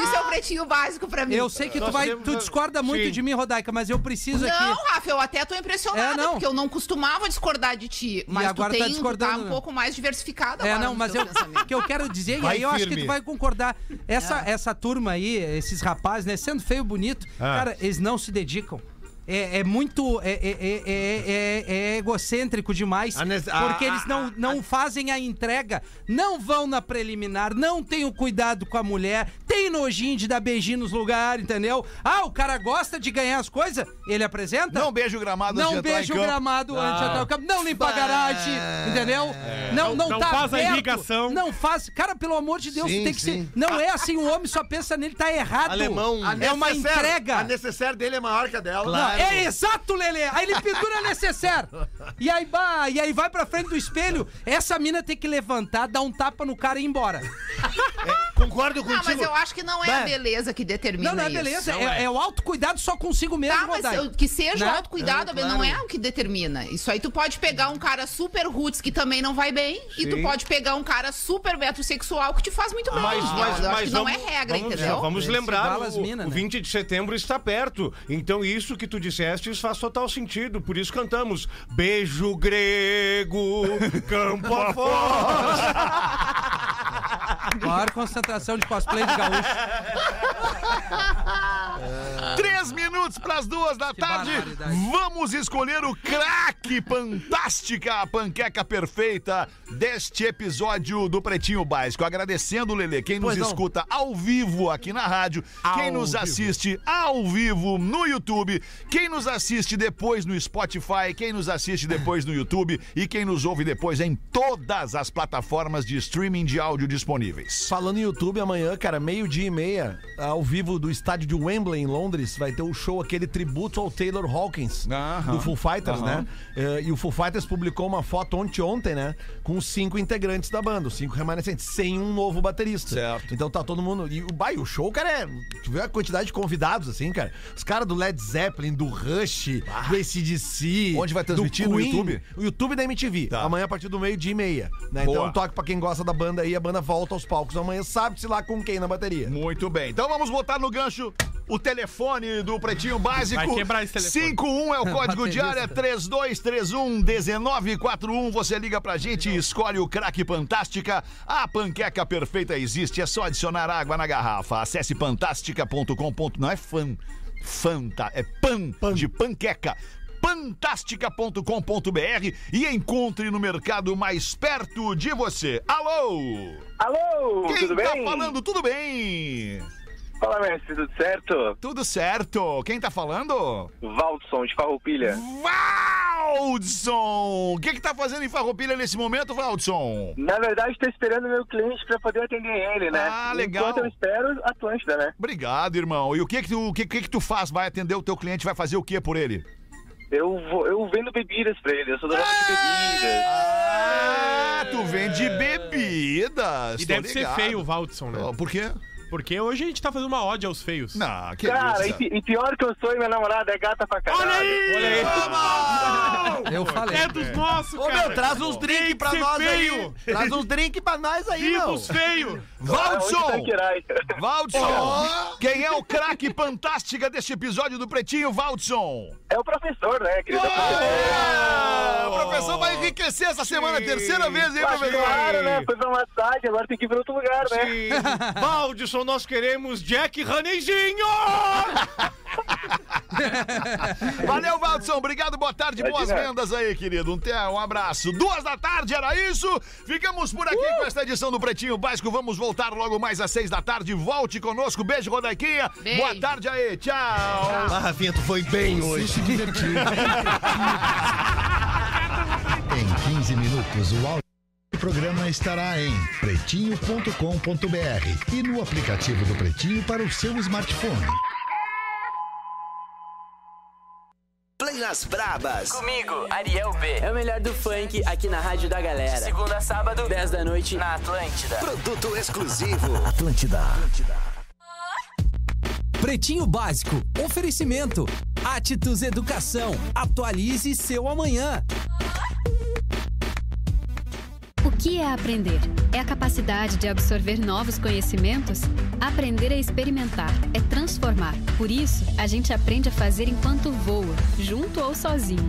C: Isso é o pretinho básico pra mim.
E: Eu sei que tu, vai, tu discorda muito
G: Sim.
E: de mim, Rodaica, mas eu preciso
C: Não,
E: aqui.
C: Rafa, eu até tô impressionada,
E: É, não.
C: porque eu não costumava discordar de ti. Mas
E: agora
C: tu
E: tá
C: tem, tu
E: discordando,
C: tá um
E: né?
C: pouco mais diversificada
E: É,
C: agora
E: não,
C: no
E: mas
C: teu
E: eu,
C: pensamento.
E: o que eu quero dizer, e
I: Vai
E: aí eu acho que
I: firme.
E: tu vai concordar. Essa, essa turma aí, esses rapazes, né, sendo feio, bonito,
D: Ah.
E: cara, eles não se dedicam. É, é muito. É, é- é- é- é- é egocêntrico demais.
D: A nes- a-
E: porque eles não, não fazem a entrega, não vão na preliminar, não tem o cuidado com a mulher, tem nojinho de dar beijinho nos lugares, entendeu? Ah, o cara gosta de ganhar as coisas, ele apresenta?
B: Não um beijo o gramado antes de
E: Não um
B: entrar
E: beija
B: em
E: o
B: campo.
E: gramado antes de entrar no campo. Não limpa a garagem, entendeu? Não, não,
F: Não- não
E: tá
F: faz a
E: aberto,
F: irrigação.
E: Não faz. Cara, pelo amor de Deus,
I: Sim,
E: tem que
I: sim.
E: ser. Não é assim, o homem só pensa nele, tá errado.
I: Alemão.
D: A
E: É uma
D: necessaire- A
E: entrega.
D: necessaire dele é maior que a dela.
E: Não, é exato, Lelê. Aí ele pendura a necessaire. E aí, bah, e aí vai pra frente do espelho. Essa mina tem que levantar, dar um tapa no cara e ir embora.
I: É, concordo
C: Ah,
I: contigo.
C: mas eu acho que não é
I: Bah.
C: a beleza que determina
E: Não, não é
C: isso.
E: beleza. é, é o autocuidado só consigo mesmo,
C: Tá, mas
E: Rodaica.
C: eu- que seja
E: Né?
C: autocuidado, mas não é o que determina. Isso aí tu pode pegar um cara super roots que também não vai bem, e tu pode pegar um cara super metrosexual que te faz muito bem.
F: Ah,
G: Mas,
C: Eu
G: mas,
C: acho
G: mas
C: que não
G: vamos-
C: é regra,
G: vamos,
C: entendeu?
G: Vamos
E: Esse
G: lembrar,
E: Dallas
G: o,
E: Mina,
G: o
E: né?
G: 20 de setembro está perto. Então isso que tu disseste faz total sentido. Por isso cantamos Beijo Grego, Campo afora.
E: Maior concentração de cosplay de gaúcho.
B: Três minutos para as duas da tarde.
E: barbaridade.
B: Vamos escolher o craque fantástica, a panqueca perfeita deste episódio do Pretinho Básico. Agradecendo, Lelê, quem
E: Pois
B: nos
E: não.
B: escuta ao vivo aqui na rádio, quem nos assiste ao vivo no YouTube, quem nos assiste depois no Spotify, quem nos assiste depois no YouTube e quem nos ouve depois em todas as plataformas de streaming de áudio disponíveis.
D: Falando em YouTube, amanhã, cara, meio-dia e meia, ao vivo do estádio de Wembley, em Londres, vai ter o show, aquele tributo ao Taylor Hawkins,
B: Aham.
D: do Foo Fighters, né? Eh, E o Foo Fighters publicou uma foto ontem, ontem, né? Com os cinco integrantes da banda, os cinco remanescentes, sem um novo baterista.
B: Certo.
D: Então tá todo mundo. E o bai, o show, cara, é. Tu vê a quantidade de convidados, assim, cara. Os caras do Led Zeppelin, do Rush, do ACDC.
B: Onde vai
D: do
B: transmitir? No
D: Queen,
B: YouTube?
D: O YouTube da MTV.
B: Tá.
D: Amanhã a partir do meio-dia e meia. Né?
B: Boa.
D: Então toque pra quem gosta da banda aí, a banda volta aos palcos amanhã, sabe-se lá com quem na bateria.
B: Muito bem. Então vamos botar no gancho o telefone do Pretinho Básico.
F: Vai quebrar esse telefone.
B: 51 é o código de
E: Baterista.
B: área 3231-1941. Você liga pra gente e escolhe o craque Fantástica. A panqueca perfeita existe, é só adicionar água na garrafa. Acesse fantástica.com. Não é fan, fanta, é pan, de panqueca. Fantástica.com.br e encontre no mercado mais perto de você. Alô!
K: Alô,
B: Quem
K: tudo
B: tá
K: bem?
B: falando? Tudo bem?
K: Fala, mestre, tudo certo?
B: Tudo certo. Quem tá falando?
K: Valdson, de Farroupilha.
B: Valdson! O que que tá fazendo em Farroupilha nesse momento, Valdson?
K: Na verdade, tô esperando meu cliente pra poder atender ele, né?
B: Ah, legal.
K: Enquanto eu espero, Atlântida, né?
B: Obrigado, irmão. E o que que tu, o que, que que tu faz? Vai atender o teu cliente, vai fazer o que por ele?
K: Eu, vou, eu vendo bebidas pra ele, eu sou do lado de bebidas.
B: Ah, tu vende bebidas.
F: É. E
B: tô
F: deve
B: ligado.
F: ser feio o Valdson, né?
B: Oh, Por quê?
F: Porque hoje a gente tá fazendo uma ode aos feios.
B: Não, que
K: Cara, e,
B: isso.
K: pi- e pior que eu sou, e minha namorada é gata pra caralho.
F: Olha aí!
E: Eu falei.
F: É dos nossos,
D: Ô,
F: cara!
D: meu, traz uns drink pra
F: ser
D: nós aí.
F: feio.
D: Traz uns drink pra nós aí, meu.
F: Vivos feio!
K: É tá
B: Valdson!
K: Tanqueray.
B: Valdson! Quem é o craque fantástica deste episódio do Pretinho, Valdson?
K: <laughs> É o professor, né, querido? É o professor.
B: Ah, o professor vai enriquecer essa semana, terceira vez, hein,
K: Ah, Claro, né? Foi pra massagem, agora tem que ir pra outro lugar, né?
G: Valdson, nós queremos Jack
D: <laughs>
G: Ranejinho!
B: Valeu, Valdson. Obrigado, boa tarde,
K: É de
B: boas
K: nada.
B: vendas aí, querido. Um, te- um abraço. Duas da tarde, era isso. Ficamos por aqui com esta edição do Pretinho Básico. Vamos voltar logo mais às seis da tarde. Volte conosco. Beijo, Rodaquinha.
C: Beijo.
B: Boa tarde aí. Tchau.
I: Ah, Rafinha, tu foi bem hoje.
A: Em 15 minutos, o áudio do programa estará em pretinho.com.br e no aplicativo do Pretinho para o seu smartphone.
J: Play nas Brabas.
L: Comigo, Ariel B. É o melhor do funk aqui na Rádio da Galera. Segunda a sábado, 10 da noite, na Atlântida.
J: Produto exclusivo.
E: Pretinho Básico. Oferecimento. Atitudes Educação. Atualize seu amanhã.
M: O que é aprender? É a capacidade de absorver novos conhecimentos? Aprender é experimentar, é transformar. Por isso, a gente aprende a fazer enquanto voa, junto ou sozinho.